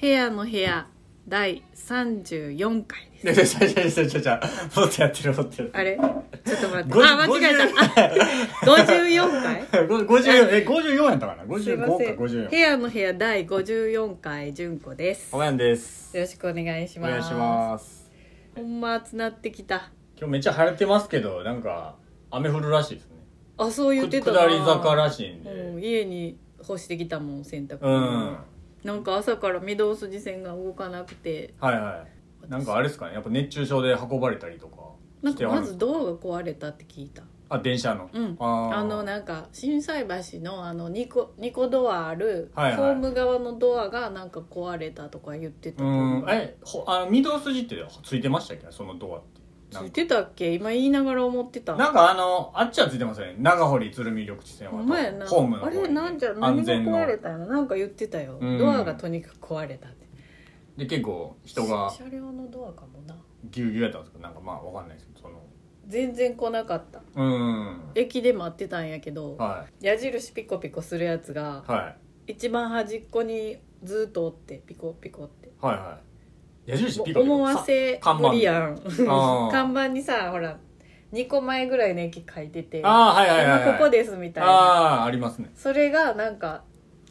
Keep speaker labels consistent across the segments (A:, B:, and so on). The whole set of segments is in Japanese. A: 部屋の部屋第34回です
B: いやいやいやいやいやいやいやもっとやってるもっとやってる
A: あれちょっと待っ
B: ご
A: てあ間違えたあ54回
B: ご54え54やったかな
A: すい
B: 55
A: ません
B: か
A: 部
B: 54
A: 屋の部屋第54回純子です
B: お
A: よ
B: やんです
A: ろしくお願いし
B: お
A: ます
B: 願いします
A: すほんま暑なってきた
B: 今日めっちゃ晴れてますけどなんか雨降るらしいですね
A: あそう言ってた
B: く
A: な
B: 下り坂らしいんで
A: うん、家に干してきたもん洗濯
B: うん、
A: 物なんか朝から御堂筋線が動かなくて
B: はいはいなんかあれですかねやっぱ熱中症で運ばれたりとか
A: なん
B: して
A: か
B: はる
A: まずドアが壊れたって聞いた
B: あ電車の、
A: うん
B: あー
A: あのなんか心斎橋のあの2個二個ドアあるホ
B: はいはい
A: ーム側のドアがなんか壊れたとか言ってた
B: う
A: と思
B: んえほあの御堂筋ってついてましたっけそのドアってなん
A: つい
B: か
A: てたっけ今言いながら思ってた
B: なんかあのあっちはついてますよね長堀鶴見緑地線は
A: ほんまやな
B: ホームの
A: あれなんじゃ何
B: 安
A: が
B: 全の
A: 壊れたのなんか言ってたよ
B: うん
A: ドアがとにかく壊れたって
B: で結構人が
A: 車両のドアかもな
B: ぎゅうぎゅうやったんですけどなんかまあわかんないですけどその
A: 全然来なかった
B: うん
A: 駅で待ってたんやけど
B: は
A: 矢印ピコピコするやつが
B: いはい
A: 一番端っこにずっとおってピコピコって
B: はいはい矢印ピコピコ
A: 思わせぶりやん
B: さあー
A: 看板にさほら2個前ぐらいの駅書いてて「
B: ああはいはいはい、はい、
A: 今ここです」みたいな
B: ああありますね
A: それがなんか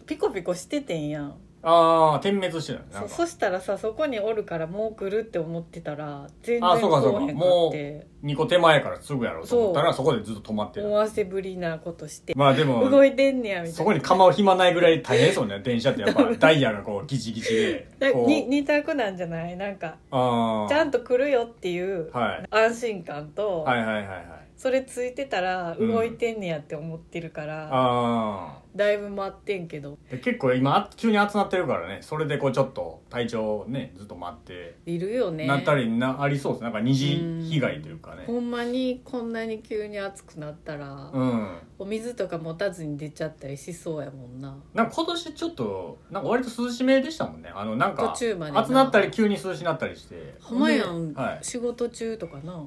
A: ピコピコしててんやん
B: ああ点滅してるなん
A: そ
B: か
A: そしたらさそこにおるからもう来るって思ってたら全
B: あ
A: 然
B: そうかそうか
A: 来へんかって
B: 2個手前からすぐやろうと思ったらそこでずっと止まって
A: 思
B: る
A: わせぶりなことして
B: まあでも
A: 動いてんねやみた
B: そ
A: いな
B: こに構う暇ないぐらい大変そうね電車ってや っぱダイヤがこうギチギチで
A: だ
B: こ
A: に
B: う
A: 二択なんじゃないなんか
B: ああ
A: ちゃんと来るよっていう
B: はい
A: 安心感と、
B: はいはいはいはい
A: それついてたら
B: うん
A: 動いてんねやって思ってるから、
B: あ
A: だいぶ待ってんけど
B: あ結構今あ急に集まってるからねそれでこうちょっと体調をねずっと待って、
A: いるよね
B: なったりなありそうですなんか二次被害というかね
A: ほんまにこんなに急に暑くなったら、
B: うん
A: お水とか持たずに出ちゃったりしそうやもんな
B: なんか今年ちょっとなんか割と涼しめでしたもんねあのなんか
A: 途中までな
B: 暑なったり急に涼しなったりして
A: ほんまやん、
B: はい
A: 仕事中とかな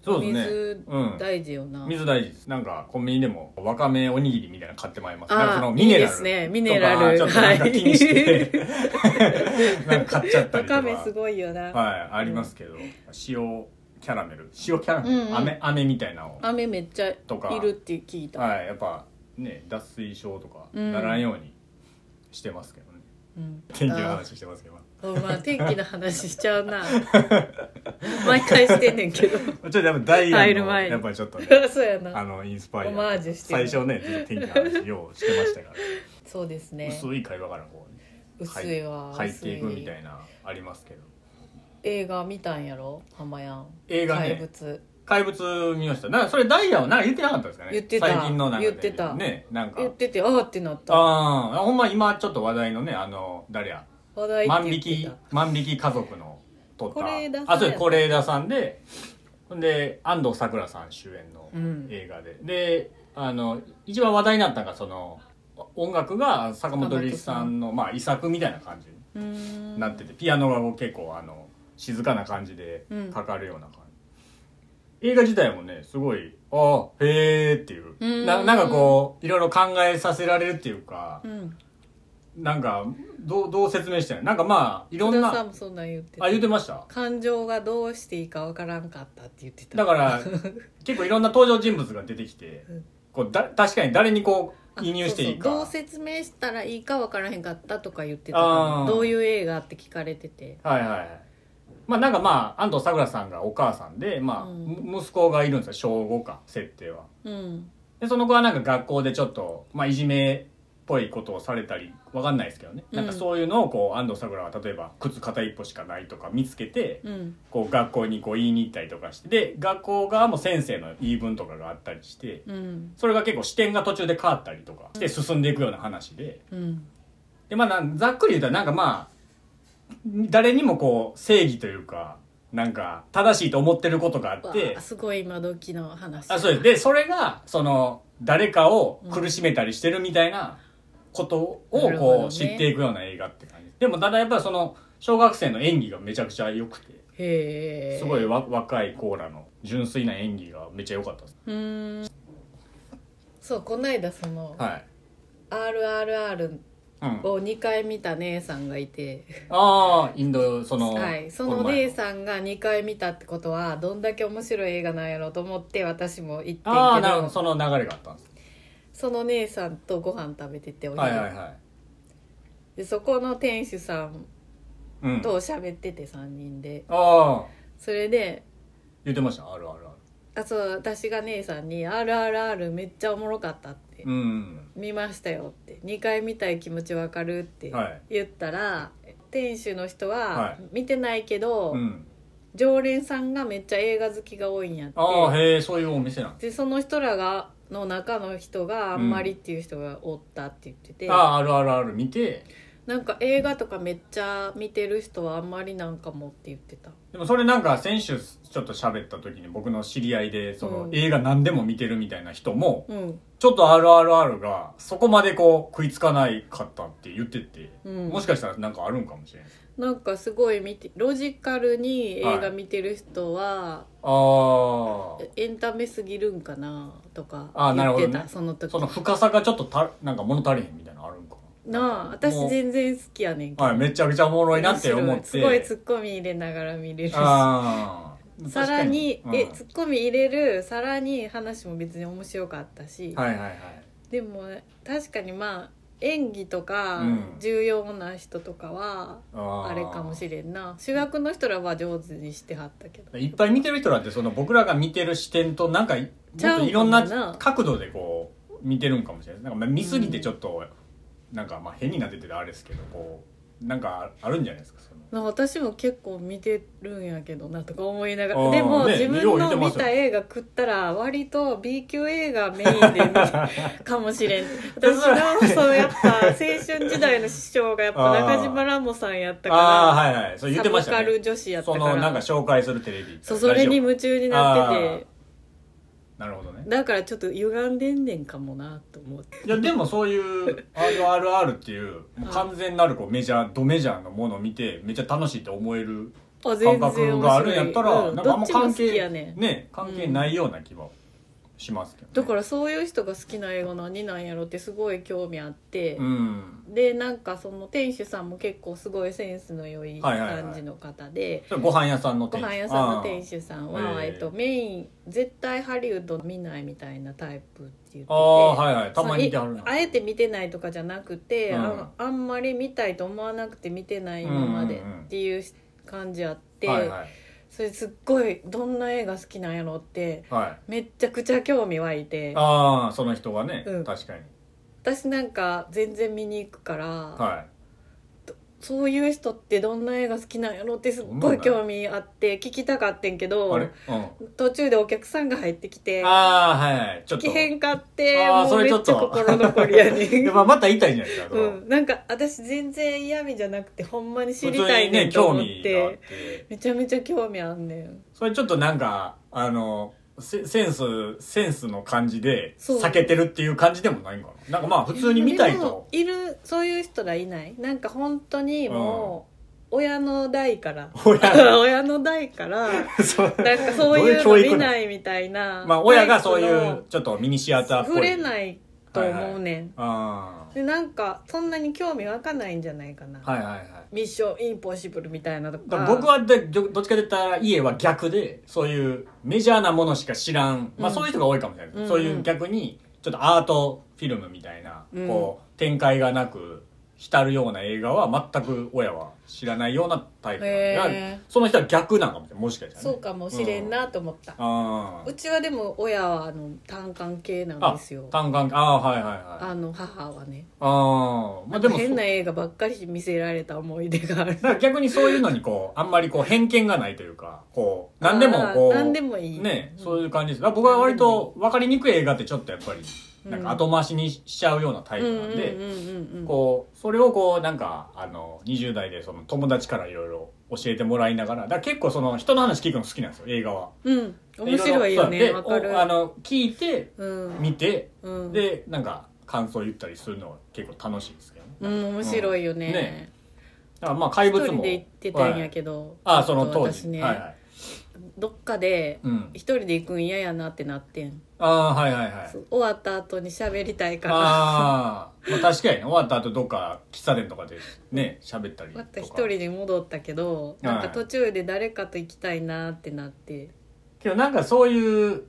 B: そうですね
A: 水
B: うん
A: 大事よな、
B: 水大事ですなんかコンビニでもわかめおにぎりみたいなの買ってまいりますなんか
A: あ
B: そ
A: あ
B: の
A: い
B: ミ
A: い
B: ネラル
A: ですねミネラル
B: とかちょっとなんか気にして、
A: は
B: なんか買っちゃった
A: わ
B: りとか
A: かめすごいよな、
B: はい、ありますけど、塩キャラメル塩キャラメ
A: う
B: ル、
A: んうん
B: 飴飴みたいなのを
A: 雨めっちゃい
B: とか
A: るって聞いた、
B: はいやっぱね脱水症とか
A: うん
B: ならんようにしてますけどね、
A: うん、
B: 天気の話してますけど
A: ほんま天気の話しちゃうな毎回してんねんけ ど
B: ちょっとやっぱダイ
A: 入
B: ヤ
A: る
B: の
A: 前に
B: やっぱりちょっとね
A: そうやな
B: あのインスパイア
A: オマージュして
B: 最
A: る
B: 初ねずっと天気の話ようしてましたから、
A: そうですね
B: 薄い会話からこう、ね、
A: 薄いわ
B: 入っていくみた
A: ない
B: なありますけど
A: 映画見たんやろ浜やん
B: 映画
A: 怪
B: ね
A: 物
B: 怪物見ましたなんかそれダイヤはなんか言ってなかったですかね
A: 言ってた
B: 最近のなんかで
A: 言ってた
B: ねなんか
A: 言っててああってなった
B: ああほんま今ちょっと話題のねあの誰や
A: 話題
B: 万
A: って言
B: 引
A: って
B: き
A: た
B: 万引き家族の撮った
A: 是枝さんや
B: あそうです是枝さんでほんで安藤サクラさん主演の
A: うん
B: 映画で、であの一番話題になったのがその音楽が坂本龍一さんのまあ遺作みたいな感じに
A: うーん
B: なってて、ピアノが結構あの静かな感じでかかるような感じ、映画自体もねすごいああへえっていう
A: うん
B: ななんかこういろいろ考えさせられるっていうか
A: うん
B: なんかどうどう説明してんのなんかまあいろん
A: 福
B: な
A: 田さんもそんなん言ってた
B: あ言ってました
A: 感情がどうしていいかわからんかったって言ってた
B: だから 結構いろんな登場人物が出てきて
A: うん
B: こうだ確かに誰にこう移入していいか
A: あそうそうどう説明したらいいかわからへんかったとか言ってた
B: あー
A: どういう映画って聞かれてて
B: はいはいはいまあなんかまあ安藤サクラさんがお母さんで、まあ
A: うん
B: む息子がいるんですよ小5か設定は
A: うん
B: でその子はなんか学校でちょっと、まあ、いじめっぽいことをされたりわかんないですけどね、なんかそういうのをこう安藤サクラは例えば靴片一歩しかないとか見つけて
A: うん
B: こう学校にこう言いに行ったりとかしてで学校側も先生の言い分とかがあったりして
A: うん
B: それが結構視点が途中で変わったりとかして進んでいくような話で
A: うん
B: で、まあなん、ざっくり言うたらなんかまあ誰にもこう正義というかなんか正しいと思ってることがあ
A: わ
B: って
A: あすごい今時の話
B: あそうですでそれがその誰かを苦しめたりしてるみたいなことを
A: うんなるほど
B: こ
A: ね
B: う知っていくような映画って感じ、でもただやっぱりその小学生の演技がめちゃくちゃ良くて
A: へえ
B: すごいわ若いコーラの純粋な演技がめちゃ良かったです、
A: うーんそうこの間その
B: はい、
A: 「RRR」
B: うん、
A: を2回見た姉さんがいて、
B: ああインドその、
A: はい、その
B: こ前
A: 姉さんが2回見たってことはどんだけ面白い映画なんやろうと思って私も行ってん
B: ああ
A: け
B: なるほ
A: ど
B: どその流れがあったんです
A: その姉さんとご飯食べててお昼、
B: はいはいはい
A: でそこの店主さん
B: うん
A: と喋ってて3人で
B: ああ
A: それで
B: 言ってましたあるあるあ
A: あそう私が姉さんに「RRR めっちゃおもろかった」って
B: るうん
A: 「見ましたよ」って「2回見たい気持ちわかる」って
B: はい
A: 言ったら、店主の人
B: は
A: はい見てないけど、
B: うん
A: 常連さんがめっちゃ映画好きが多いんやって
B: ああへえそういうお店なんで
A: でその人らがの中の人があんまりっていう人がおったって言ってて、
B: すあああるあるある見て
A: なんか映画とかめっちゃ見てる人はあんまりなんかもって言ってた
B: でもそれなんか先週ちょっと喋った時に僕の知り合いでその
A: うん
B: 映画何でも見てるみたいな人も
A: うん
B: ちょっとあるあるあるがそこまでこう食いつかないかったって言ってて
A: うん
B: もしかしたらなんかあるんかもしれないです
A: なんかすごい見てロジカルに映画見てる人は、
B: ああ
A: エンタメすぎるんかなとか
B: あなる
A: 言って
B: ほどね
A: た、その時
B: その深さがちょっとたなんか物足りへんみたいなのあるんか
A: なあ
B: も
A: 私
B: う
A: 全然好きやねんけど、
B: はいめちゃくちゃおもろいなって思って
A: すごいツッコミ入れながら見れるし
B: あ ー
A: さらに
B: 確か
A: え
B: うん
A: ツッコミ入れるさらに話も別に面白かったし、
B: はいはいはい
A: でも確かにまあ演技とか
B: うん
A: 重要な人とかは
B: あ
A: あれかもしれんな、主役の人らは上手にしてはったけど
B: いっぱい見てる人らってその僕らが見てる視点となんかい
A: ちゃう
B: もっ
A: かもな
B: といろんな角度でこう見てるんかもしれないなんかまあ見すぎてちょっと、なんかまあ変になっててあれですけどこうなんかあるんじゃないですかその
A: なんか私も結構見てるんやけどなとか思いなが
B: あ
A: ら
B: ー
A: でも、
B: ね
A: 自
B: よ
A: 分
B: う言うて
A: の
B: ま
A: 見
B: すよ
A: た映画食ったら割と B 級映画メイン で見たかもしれん私のそうやっぱ青春時代の師匠がやっぱ中島ラモさんやった
B: ああ
A: か
B: はいはいそう
A: らサ
B: 言ってま
A: ブ
B: した
A: カル
B: ね
A: 女子やった
B: そ
A: か
B: のなんから紹介するテレビ
A: そうそれに
B: ラジ
A: 夢中になってて
B: オなるほどね
A: だからちょっと歪んでんねんかもなと思って
B: いやでもそういう「RRR」っていうもう完全なるこうメジャードメジャーのものを見てめっちゃ楽しいって思える
A: あ
B: 感
A: 全然面白
B: 覚
A: い
B: があるんやったら、
A: うん
B: なんか
A: ど
B: あん
A: っ
B: ま
A: ちも好
B: 関
A: き
B: 係
A: やね
B: ね関係ないような気はしますけど、ね
A: だからそういう人が好きな映画何なんやろってすごい興味あって、
B: うん
A: でなんかその店主さんも結構すごいセンスの良い
B: はいはいはい
A: 感じの方で、
B: それご飯屋さんの
A: ご
B: 店主
A: 飯屋さんの店主さん
B: あ
A: は、
B: ー
A: えっと、メイン絶対ハリウッド見ないみたいなタイプって言ってて
B: ああーはいはいたまに見ては
A: そ
B: る
A: のえあえて見てないとかじゃなくて、
B: うん
A: あん、あんまり見たいと思わなくて見てない今まで
B: うんうんうん
A: っていう感じあって、
B: はいはい
A: それすっごいどんな映画好きなんやろって
B: はい
A: めっちゃくちゃ興味湧いて
B: ああその人がね、
A: うん
B: 確かに
A: 私なんか全然見に行くから、
B: は
A: そういう人ってどんな映画好きなんやろってすっごい興味あって聞きたかってんけ
B: い
A: ど
B: あれ、うん、
A: 途中でお客さんが入ってきて
B: ああはいはいちょっと
A: 聞けへんかって
B: あー
A: も
B: そうれ
A: め
B: ちょ
A: っ
B: っ
A: ちゃ
B: と
A: 心残りやね
B: いや
A: ん。
B: まあまた言いたいじゃないですか、
A: う
B: その
A: ん、なんか私全然嫌味じゃなくてほんまに知りたいね
B: 普通に
A: ん
B: ね
A: と
B: 興
A: 思っ
B: 味があってて
A: めちゃめちゃ興味あんねん
B: それちょっとなんかあのセセンスセンスの感じで
A: そう
B: 避けてるっていう感じでもないんかななんかまあ普通に見たい
A: で
B: と
A: もいるそういう人らいないなんか本当にもう親の代から
B: 親
A: 親の代から
B: そう
A: なんかそういう
B: ど
A: の
B: ういう教育
A: 見ないみたいな。
B: まあ親がそういう
A: う。
B: ちょっとミニシアターっぽい
A: 触れないと思うねん。
B: あ
A: で、なんか、そんなに興味湧かないんじゃないかな。
B: あはいはいはい
A: ミッションインポッシブルみたいなと
B: だ
A: か。
B: から僕はでどどっちかといったら家は逆でそういうメジャーなものしか知らん、まあ、
A: うん
B: そういう人が多いかもしれない、
A: うんうん
B: そういう逆にちょっとアートフィルムみたいな、
A: うん
B: こう展開がなく浸るような映画は全く親は知らないようなタイプなんで
A: へー
B: だからその人は逆なんかもしれないもしかしたら、ね、
A: そうかもしれんなと思った。
B: あ
A: うちはでも親はあの単管系なんですよ
B: あ。単眼ああはいはいはいあ
A: あの母はね、
B: あまあでも
A: 変な
B: だ
A: 映画ばっかり見せられた思い出がある。
B: から逆にそういうのにこうあんまりこう偏見がないというかこう何でもこ
A: あ
B: う
A: ー何でもいい。
B: ね
A: うん
B: そういう感じですだから僕は割と分かりにくい映画ってちょっとやっぱりなんか後回しにしちゃうようなタイプなんで、
A: うんうんうんうんうん
B: こうそれをこうなんかあの20代でその友達からいろいろ教えてもらいながらだから結構その人の話聞くの好きなんですよ映画は。
A: うん、面白いよ
B: で
A: ね。
B: ろ
A: わ
B: ろそ
A: か
B: うで
A: る
B: お。あの聞いて
A: うん。
B: 見て
A: うん、
B: でなんか感想言ったりするのは結構楽しいですけどね。
A: うん、面白いよね。
B: ねだからまあ怪
A: 一
B: 物
A: 人
B: も
A: で行ってたんや
B: はい
A: けど、
B: あその
A: ちょっと
B: 当
A: 私
B: 時、
A: ね、
B: はいはい
A: どっかで
B: うん
A: 一人で行くん嫌やなってなってん、
B: ああはいはいはい
A: そう終わった後に喋りたいから
B: あー、まあ確かにね終わった後どっか喫茶店とかでね喋ったりと
A: ま
B: か
A: た一人に戻ったけどなんか途中で誰かと行きたいなってなって
B: けどなんかそういう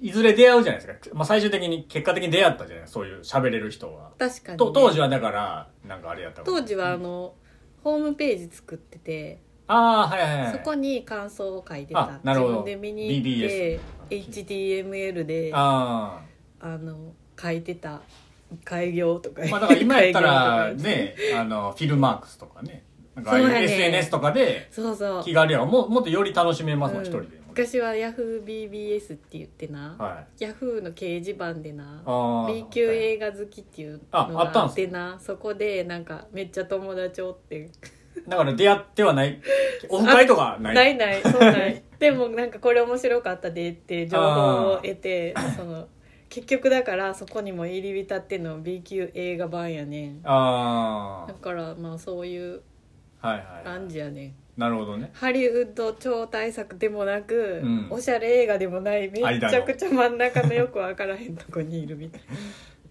B: いずれ出会うじゃないですか、まあ、最終的に結果的に出会ったじゃないそういう喋れる人は、
A: 確かにね、
B: と当時はだからなんかあれやった
A: 当時はあの、ホームページ作ってて
B: ああはいはいはい
A: そこに感想を書いてた
B: あなるほど
A: 自分で見に行って HTML であ
B: あ
A: の書いてた開業とか、
B: あまあだから今やったら
A: 開業とか
B: ねあのフィルマークスとかねなんかああい
A: そう
B: う
A: やね
B: SNS とかで
A: そうそう
B: 気軽やわももっとより楽しめますもん一、
A: うん
B: 人で もね
A: 昔は YahooBBS って言ってな、
B: はい
A: ヤフーの掲示板でな
B: あー
A: B 級映画好きっていう
B: あ
A: の
B: あった
A: が
B: ん
A: あ
B: す
A: ってなそこでなんかめっちゃ友達おって
B: だから出会っては ないオフ会とかない
A: ない ないそうないでもなんかこれ面白かったでって情報を得てその結局だからそこにも入り浸っての B 級映画版やねんだ
B: あ
A: からまあそういう
B: あはいはいはい、
A: 感じやねん
B: なるほどね
A: ハリウッド超大作でもなく、
B: うん
A: おしゃれ映画でもないめっちゃくちゃ真ん中のよくわからへんとこにいるみたい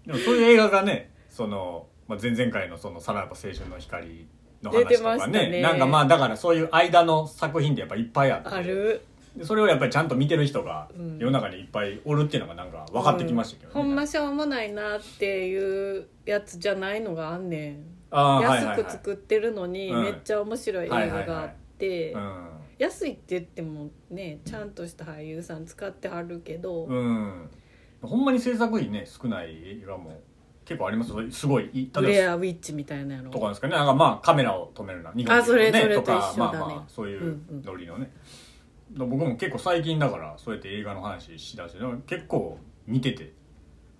A: な
B: でもそういう映画がねその、まあ、前々回のその「さらば青春の光」の
A: 出
B: 話
A: て
B: と
A: ま
B: か
A: した
B: ね
A: ね
B: なんかまあだからそういう間の作品ってやっぱいっぱ いあって
A: ある
B: でそれをやっぱりちゃんと見てる人が
A: うん
B: 世の中にいっぱいおるっていうのがなんか分かってきましたけどね、
A: うんほんましょうもないなっていうやつじゃないのがあんねん
B: あーはいはい
A: 安
B: は
A: く
B: い
A: 作ってるのに
B: うん
A: めっちゃ面白い映画があって
B: うん
A: 安いって言ってもねちゃんとした俳優さん使ってはるけど、
B: うんほんまに制作費ね少ない映画も結構ありますすごいい
A: ブレ
B: 例え
A: アウィッチみたいなの
B: ばとかですかねなんかまあカメラを止めるな日
A: あそれ
B: ね
A: それと
B: とか
A: 一緒
B: ま
A: だ
B: あ
A: ね
B: まあそうい
A: ん
B: う
A: うん
B: ノリのね、僕も結構最近だからそうやって映画の話しだして結構見てて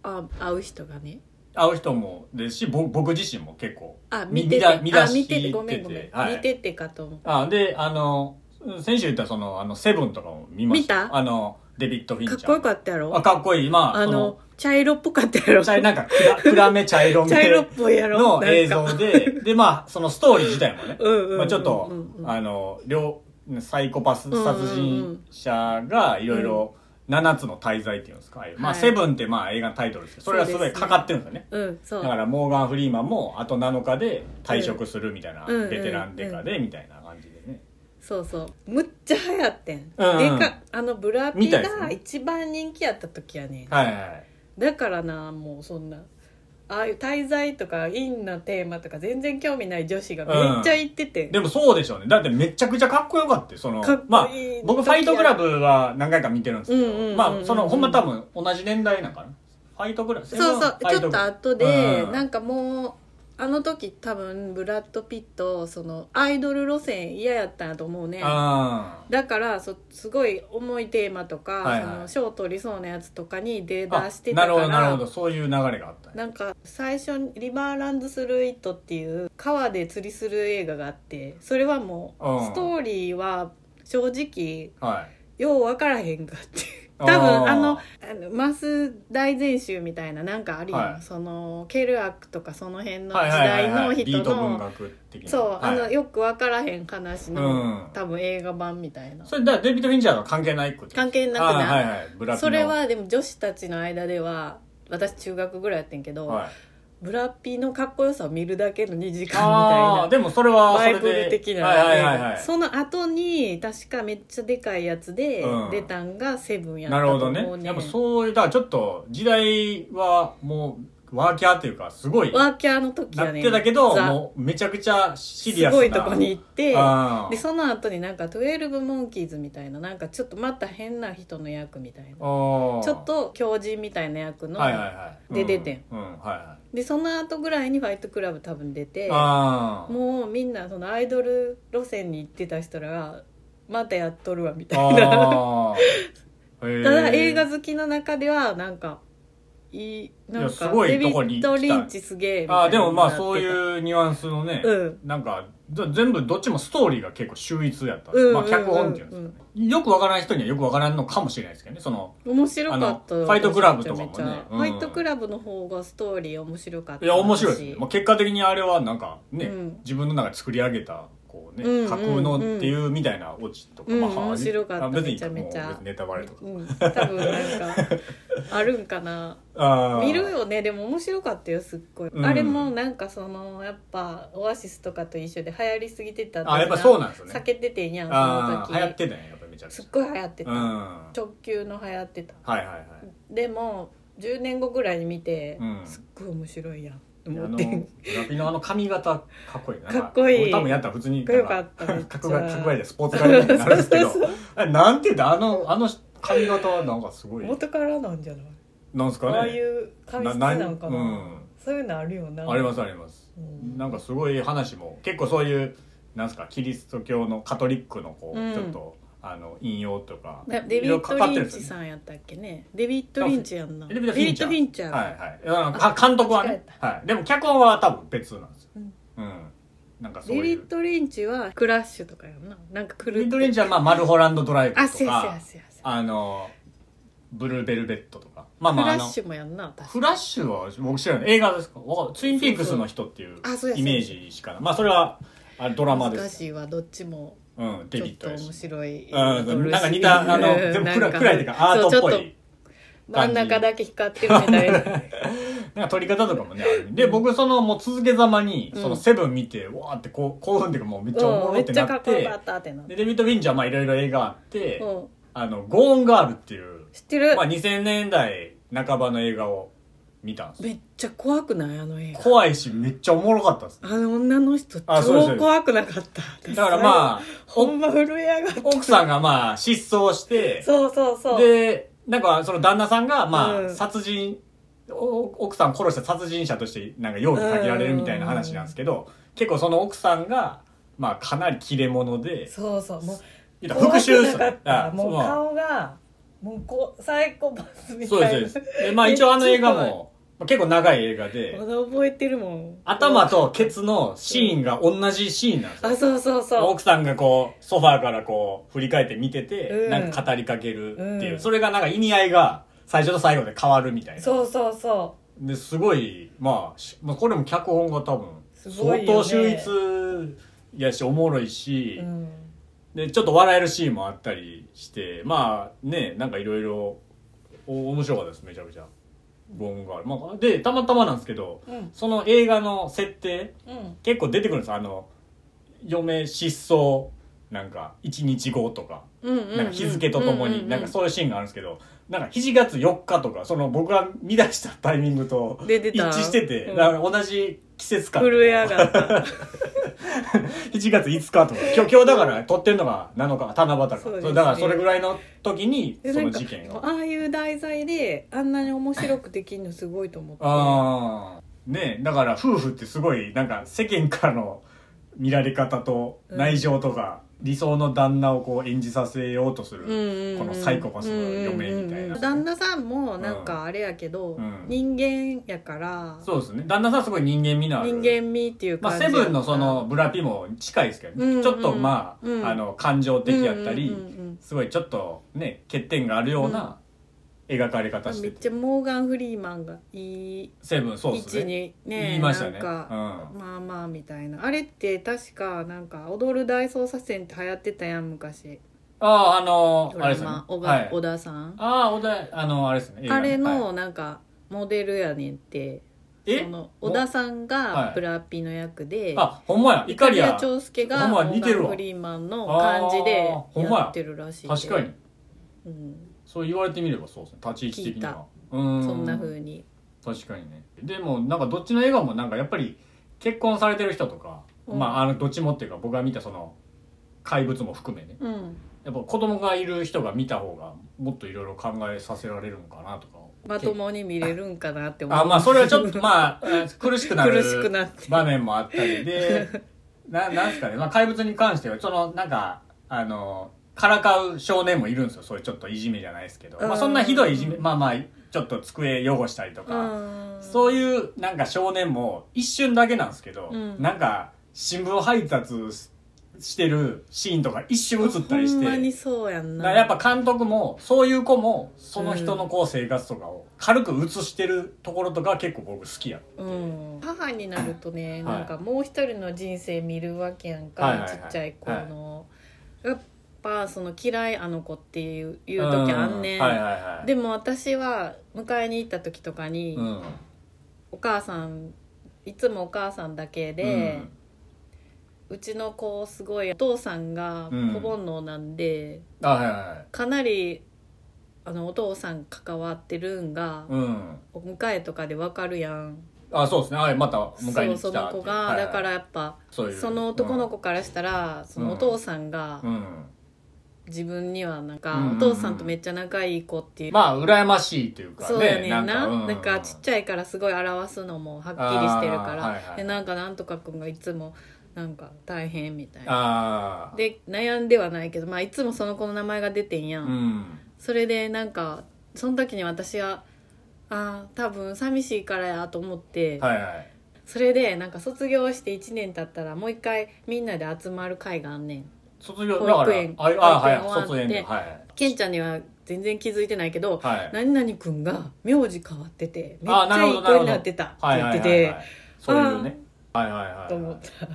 A: あ会う人がね
B: 会う人もですしぼ僕自身も結構
A: あ
B: み
A: 見てて
B: 見だ
A: あ見
B: 見出
A: てて
B: し
A: ごめんごめん、
B: はい
A: 見ててかと思う
B: あであの先週言ったその「あのセブンとかも見ました
A: 見た
B: あのデビッド・フィンチ
A: か
B: ャ
A: っ
B: ー
A: こよかったやろ
B: あかっこいいまあ
A: あ
B: そ
A: の茶色っぽかったやろ
B: 茶いなんか暗暗め茶色め
A: 茶色っぽいやろ
B: の映
A: なん
B: 像
A: か
B: で、で、まあ、そのストーリー自体もね、
A: うんうんうんうん
B: まあ、ちょっと、あの、両、サイコパス殺人者がいろいろ7つの大罪っていうんですか、ああいうまあ、
A: はい
B: セブンってまあ映画のタイトルですけど、それがすごいかかってるんですよね。
A: うんそう
B: だからモーガン・フリーマンもあと7日で退職するみたいな、
A: うんうん
B: ベテランデカでみたいな感じでね、
A: そうそうむっちゃ流行ってん、
B: うんうん
A: でかあのブラピ
B: みたいです
A: が
B: ね
A: 一番人気やった時やねん
B: はいはいはい
A: だからなもうそんなああいう滞在とかインなテーマとか全然興味ない女子がめっちゃ行ってて、
B: でもそうでしょうねだってめちゃくちゃかっこよかったよその
A: かっこいい
B: まあ僕ファイトクラブは何回か見てるんですけど、
A: うんうんうんうん
B: まあそのほんま多分同じ年代なんかなファイトクラブ
A: そうそうちょっと後で、なんんかもうあの時多分ブラッド・ピットそのアイドル路線嫌やったんやと思うね
B: あ
A: だからそすごい重いテーマとか、
B: はいはい
A: その賞取りそうなやつとかに出
B: ー
A: だして
B: あな
A: た
B: る
A: か
B: ほどなる
A: ら
B: ほどそういう流れがあったね
A: なんか最初に「リバーランドスルイット」っていう川で釣りする映画があってそれはも
B: う
A: うんストーリーは正直
B: はい
A: よう分からへんかって
B: あー
A: 多分あのあのマス大全集みたいななんかあるやん、
B: はい
A: そのケルアックとかその辺の時
B: はいはいはい
A: 代
B: は
A: の
B: いビ
A: 人
B: ート文
A: の
B: 学的な
A: そうあ
B: はい
A: のよく分からへん話の、
B: うん
A: 多分映画版みたいな
B: それだからデビッド・フィンチャーが関係ないくって
A: 関係なく
B: あー
A: ない、
B: はいはいブラピの
A: それはでも女子たちの間では私中学ぐらいやってんけど、
B: はい
A: ブラッピーのかっこよさを見るだけの2時間
B: あー
A: みたいな
B: でもそれはそ
A: バ
B: れ
A: イ
B: で
A: ブル的な、
B: はいはいはいはい
A: その後に確かめっちゃでかいやつで
B: うん
A: 出たんがセブンやった
B: なる
A: と
B: ほ
A: 思
B: ど
A: うね
B: ねやっぱそういうだからちょっと時代はもうワーキャーっていうかすごい
A: ワ
B: なっ
A: ーキャーの時やね
B: てたけど
A: ザ
B: もうめちゃくちゃシリ
A: す
B: アスな
A: ごいとこに行って
B: あー
A: でその後になんか12モンキーズみたいななんかちょっとまた変な人の役みたいな
B: あー
A: ちょっと狂人みたいな役の、
B: はいはいはい
A: で出てん
B: うん、うんはいは
A: でその後ぐらいに「ファイトクラブ」多分出て
B: いあー
A: もうみんなそのアイドル路線に行ってた人らがまたやっとるわみたいな
B: あーへ ー
A: ただ映画好きの中ではなんかいいなん
B: いやす
A: か
B: ごい
A: デビ
B: とこに
A: ッ
B: 来た
A: ド・リンチすげえみたいな
B: あーでもまあそ
A: う
B: ういうニュアンスのね、
A: うん
B: なんかじゃ全部どっちもストーリーが結構秀逸やった、
A: うんうんうん
B: まあ、脚本っていうんですかね、よくわからない人にはよくわからんのかもしれないですけどねその
A: 面白かった
B: あのファイトクラブとかもね
A: めちゃめちゃ
B: うん
A: ファイトクラブの方がストーリー面白かった
B: いや面白いです
A: し
B: ね、まあ、結果的にあれはなんかね、
A: うん
B: 自分の中で作り上げたここうね、
A: うん
B: 架空のっていうみたいなオチとか、
A: うん
B: まあ
A: 面白かった
B: あ別に
A: めちゃめちゃ
B: もう別にネタバレとか、
A: うん、多分なんかあるんかな
B: あー
A: 見るよねでも面白かったよすっごい、
B: うん
A: あれもなんかそのやっぱオアシスとかと一緒で流行りすぎてた
B: あやっぱそうなんですよね
A: 避けててんやんその
B: あー
A: 時
B: 流行ってたねやっぱりめちゃめち
A: す
B: ゃ
A: っごい流行ってた、
B: うんは
A: 直球の流行ってた
B: いはいはい
A: でも10年後ぐらいに見て、
B: うん
A: すっごい面白いやんと
B: あの
A: 思っ
B: ラ
A: て
B: ピのあの髪型かっこいいな
A: かっこいい
B: 俺多分やったら普通に
A: かっこよかった
B: なんかかっこよか
A: めっ
B: っ
A: ちゃ
B: たかっこいいでスポーツカーみたいになるんですけど
A: そうそう
B: あれなんて言うんだあのあの髪型はなんかすご い
A: 元からなんじゃない、
B: なんですかね
A: ああいう髪質なんかな
B: ななんうん
A: そういうのあるよな
B: ありますあります
A: うん
B: なんかすごい話も結構そういうなんすかキリスト教のカトリックのこう、
A: うん
B: ちょっとあの引用とか
A: なデビッド・リンチさんやったっけねデビッド・リンチやんな
B: デビッド・フィンチャー
A: デビッドフィンチャー
B: はいはいあのか監督はね、はい、でも脚本は多分別なんですよ
A: うん
B: うん、なんかそう
A: デ
B: い
A: ビ
B: う
A: ッド・リンチはクラッシュとかやんななんか狂
B: デビッド・
A: っ
B: リン
A: て
B: チはまあマルホランド・ドライブ
A: あ
B: と
A: せやせ
B: か
A: やせやせや
B: あのブルーベルベットとかまあ
A: ク
B: まあ
A: ラ
B: あの
A: ッシュもやんな確か
B: フラッシュは僕知らない映画ですかわかんないツインピークスの人っていう
A: そうそうあそうやそうや
B: イメージしかないまあそれはあドラマで
A: 難
B: す
A: しいわどっちも
B: うんデ
A: ちょ
B: ビ
A: っ
B: ッ
A: と
B: ドや
A: 面
B: し
A: 白い
B: うんなんか似たあのでも暗暗いっていうかアートっぽい
A: 真ん中だけ光ってるみたい な
B: なんか撮り方とかもねあるで僕そのもう続けざまに
A: うん
B: そのセブン見てわーってこう興奮っていうかもうめっちゃおも
A: うん
B: ろ
A: め
B: っ
A: ってちゃ
B: な
A: かっ
B: っ
A: こよ
B: て
A: かったってなって
B: でデビッド・ヴィンチャーまあいろいろ映画あって
A: うん
B: あのゴーンガールっていう
A: 知ってる
B: まあ2000年代半ばの映画を見たんですよ
A: めっちゃ怖くないあの映画
B: 怖いしめっちゃおもろかったです
A: あの女の人
B: あそうですそ
A: 超
B: うです
A: 怖くなかった
B: だからまあ
A: ほんま震え上がっ
B: 奥さんがまあ失踪して
A: たそうそうそう
B: でなんかその旦那さんがまあ、
A: うん
B: 殺人お奥さん殺した殺人者としてなんか容疑かけられるみたいな話なんですけど、結構その奥さんがまあかなり切れ者で
A: そうそうもう
B: 言ったら復讐
A: 怖くなかった
B: あ
A: もう
B: そう
A: 顔がもうこうサイコパスみ
B: そうで
A: た
B: すそう
A: い
B: で
A: な
B: すでまあ一応あの映画 もまあ結構長い映画で
A: まだ覚えてるもん
B: 頭とケツのシーンが同じシーンなんですよ
A: あそうそうそう
B: 奥さんがこうソファーからこう振り返って見てて、
A: うん
B: なんか語りかけるっていう、
A: うん
B: それがなんか意味合いが最初と最後で変わるみたいな
A: そうそうそ
B: ですごいまあしまあこれも脚本が多分
A: すごい
B: 相
A: よね
B: 当秀逸やしおもろいし
A: う、うん
B: でちょっと笑えるシーンもあったりしてまあねなんかいろいろお面白かったですめちゃくちゃゴーンガール、まあ、でたまたまなんですけど
A: うん
B: その映画の設定
A: うん
B: 結構出てくるんですよあの嫁失踪なんか1日後とか
A: うん
B: なんか日付ととも
A: ううう
B: になんかそういうシーンがあるんですけどなんか7月4日とかその僕が見出したタイミングと
A: で出
B: 一
A: た
B: 致してて、
A: うん
B: なんか同じ季節感
A: 震え上がった
B: 1月5日とか今日今日だから撮ってるのが7日七夕か
A: そ
B: そうう、
A: ですね
B: だからそれぐらいの時に
A: で
B: そ
A: なん
B: の
A: か
B: 事件が
A: ああいう題材であんなに面白くできるのすごいと思って
B: ああねだから夫婦ってすごいなんか世間からの見られ方と
A: うん
B: 内情とか、理想の旦那をこう演じさせようとする、
A: こ
B: このサイコパスの嫁みたいな
A: 旦那さんもなんかあれやけど、
B: うん
A: 人間やから
B: そうですね旦那さんすごい人間味のある
A: 人間味っていう
B: まあ、
A: 感じ
B: セ
A: やから、
B: ブンのそのブラピも近いですけどね、
A: うんうんうん
B: ちょっとまあ,、
A: うん
B: あの感情的やったり、
A: うんうんうん
B: すごいちょっとね欠点があるような描かれ方
A: うん
B: し
A: め
B: て、
A: ってちゃモーガン・フリーマンがいい
B: セブンそう
A: 位
B: です
A: 置に
B: ね
A: ね
B: 言いましたね
A: なんか、
B: うん
A: まあまあみたいなあれって確かなんか「踊る大捜査線」って流行ってたやん昔
B: あああの
A: ド
B: あれ
A: ラ
B: ですね
A: マ小,、
B: はい
A: 小田さん
B: ああおだあのあれですね映画
A: あれ
B: はい
A: のなんかモデルやねんって
B: え
A: その小田さん
B: は
A: が
B: い
A: ブラピの役で、
B: あほんまや
A: イ
B: イ
A: カ
B: カ
A: リ
B: リ
A: ア
B: ア
A: 長介が
B: ほん
A: モ
B: ま
A: ー
B: や似
A: ガ
B: て
A: ン・
B: るわ
A: フリーマンの感じでやってるらしいで
B: 確かに、
A: うん、
B: そう言われてみればそうですね立ち位置的に
A: 聞い
B: はうーん
A: そんな風に
B: 確かにねでもなんかどっちの映画もなんかやっぱり結婚されてる人とか、
A: うん
B: まああのどっちもっていうか僕が見たその怪物も含めね
A: うん
B: やっぱ子供がいる人が見た方がもっといろいろ考えさせられるのかなとか
A: まともに見れるんかなって思う
B: あまあそれはちょっとまあえー苦しくな
A: 苦
B: る
A: しくなって
B: 場面もあったりで ななんすかね、まあ、怪物に関してはそのなんかあのからかう少年もいるんですよそういうちょっといじめじゃないですけど、まあ、そんなひどいいじめ
A: う
B: まあまあちょっと机汚したりとか、
A: うん
B: そういうなんか少年も一瞬だけなんですけど、
A: うん
B: なんか新聞配達してるシーンとか一瞬映ったりし
A: ほん
B: て
A: まにそうやんな
B: だからやっぱ監督もそういう子もその人のこう生活とかを軽く映してるところとか結構僕好きや
A: うん、母になるとね、
B: はい
A: なんかもう一人の人生見るわけやんか、
B: はいはいはい
A: ちっちゃい子の、やっぱその嫌いあの子っていういう時あんねん、
B: うはいはいはい
A: でも私は迎えに行った時とかに、
B: うん
A: お母さんいつもお母さんだけで、うちの子すごいお父さんが
B: うん
A: 子煩悩なんで、
B: うんあはいはいはい
A: かなりあのお父さん関わってるんが、
B: うん
A: お迎えとかでわかるやん
B: あそうですねはいまた迎えに来
A: そ
B: た
A: うその子が、
B: はいはい
A: だからやっぱ
B: そういう
A: その男の子からしたら、そのお父さんが
B: うんうん
A: 自分にはなんか、
B: うんうんうん
A: お父さんとめっちゃ仲いい子っていう、
B: まあ羨ましいというかね
A: そうやねんななんか,、
B: うん
A: ちっちゃいからすごい表すのもはっきりしてるから、
B: あーはいはい
A: でなんかなんとかくんがいつもなんか大変みたいな
B: ああ
A: で悩んではないけど、まあ、いつもその子の名前が出てんや、
B: うんん
A: それでなんかその時に私はあー多分寂しいからやと思って、
B: はいはい
A: それでなんか卒業して1年経ったらもう一回みんなで集まる会があんねん
B: 卒業
A: 保
B: だか
A: 育
B: ら
A: 園
B: ああはい
A: 保育園終わって
B: 卒園ではい
A: ケンちゃんには全然気づいてないけど、
B: はい
A: 何々くんが名字変わっててめっちゃ
B: あー
A: いい
B: なるほどな
A: 子
B: るほど
A: になってたって
B: はい
A: 言
B: は
A: っ
B: い
A: て
B: はいは
A: て
B: いそういうねはいはいはい
A: と思った、
B: や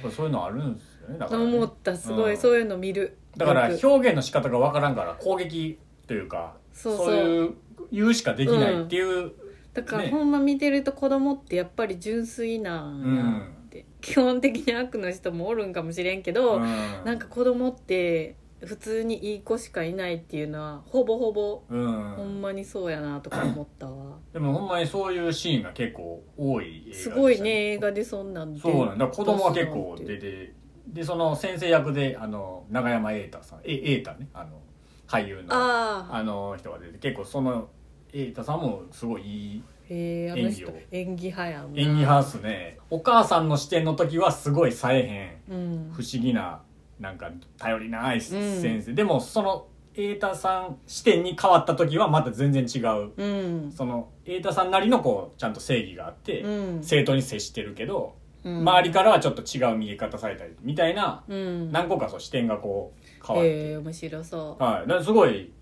B: っぱそういうのあるんですよねだからね
A: 思ったすごい、
B: うん
A: そういうの見る
B: だから
A: よく
B: 表現の仕方がわからんから攻撃というか
A: そうそう
B: いう言うしかできないっていう
A: だから、
B: ね
A: ほんま見てると子供ってやっぱり純粋なんやなって、基本的に悪の人もおるんかもしれんけど、な
B: なん
A: か子供って普通にいい子しかいないっていうのはほぼほぼ
B: うん
A: ほんまにそうやなとか思ったわ、
B: でもほんまにそういうシーンが結構多い映画でし
A: す
B: た
A: ごいね映画でそんなんで
B: そうなんだ子供は結構出てでその先生役であの永山瑛太さんえ瑛太ねあの俳優の
A: ああ
B: あの人が出て結構その瑛太さんもすごいいい
A: へえあの人
B: 演技を
A: 演技派やんな
B: 演技派っすねお母さんの視点の時はすごいさえへん
A: うん
B: 不思議ななんか頼りない
A: うん
B: 先生、でもその瑛太さん視点に変わった時はまた全然違う
A: うん
B: その瑛太さんなりのこうちゃんと正義があって、
A: うん
B: 正当に接してるけど、
A: うん
B: 周りからはちょっと違う見え方されたりみたいな
A: うん
B: 何個かそう視点がこう変わる、
A: へえ面白そう
B: はい、だからすごい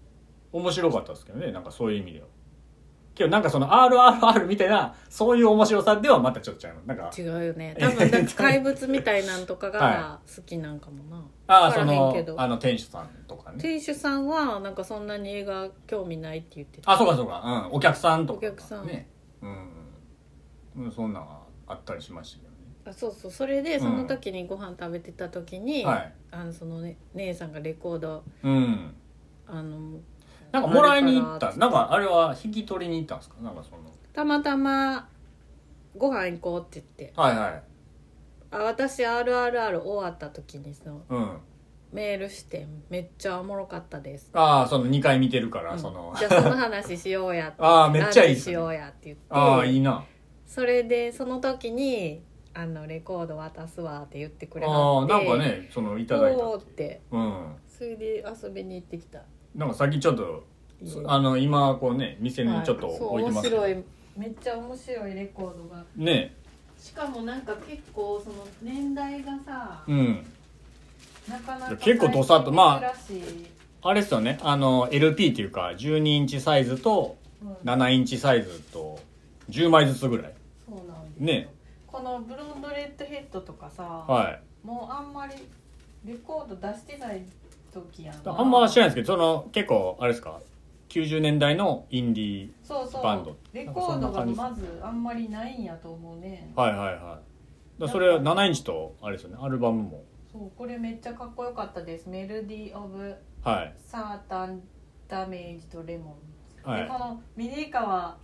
B: 面白かったですけどねなんかそういう意味では。けどなんかその RRR みたいなそういう面白さではまたちょっと違うなんか
A: 違うよね多分だって怪物みたいなんとかが
B: は
A: 好きなんかもな、
B: ああ
A: 分
B: そ
A: からへんけ
B: の
A: ど
B: あの店主さんとかね
A: 店主さんはなんかそんなに映画興味ないって言ってた
B: あそうかそうか、うん、お客さんとか
A: お客さん
B: ねうん、うん、そんなんがあったりしましたけどね
A: あそうそうそれでその時にご飯食べてた時に、
B: はい
A: あのその、ね、姉さんがレコード
B: うん
A: あの
B: なんかもらいに行ったなんかあれは引き取りに行ったんですかなんかその
A: たまたまご飯行こうって言って
B: はいはい
A: あ私 RRR 終わった時にその
B: うん
A: メールしてめっちゃおもろかったです
B: ああその2回見てるから、
A: うん
B: その
A: じゃあその話しようや
B: ああめっちゃい
A: ラジ
B: いっ
A: オ
B: す
A: し
B: ね
A: ようやって言って
B: ああいいな
A: それでその時にあのレコード渡すわって言ってくれ
B: あ
A: は
B: あ
A: って
B: なんかねそのいただいた
A: おー
B: っ
A: ってて
B: うん
A: それで遊びに行ってきた
B: なんかさっきちょっと
A: 家
B: あの今こうね店にちょっと
A: はいそう
B: 置いてますけど、
A: 面白いめっちゃ面白いレコードが
B: ね
A: しかもなんか結構その年代がさ、
B: うん
A: なかないか
B: や結構どさっとまあ
A: 珍しい
B: あれっすよねあの LP っていうか12インチサイズと
A: うん
B: 7インチサイズと10枚ずつぐらい
A: そうなんですよ
B: ね
A: このブロードレッドヘッドとかさ、
B: はい
A: もうあんまりレコード出してない時やんな
B: あんま知らないですけどその結構あれですか90年代のインディー
A: そうそう
B: バンド
A: レコードが
B: なんかそんな
A: まずあんまりないんやと思うね
B: はいはいはいだからそれは7インチとあれですよねアルバムも
A: そうこれめっちゃかっこよかったです「メロディー・オブ・
B: はい
A: サータン・ダメージとレモン」
B: は
A: で
B: い
A: この峰川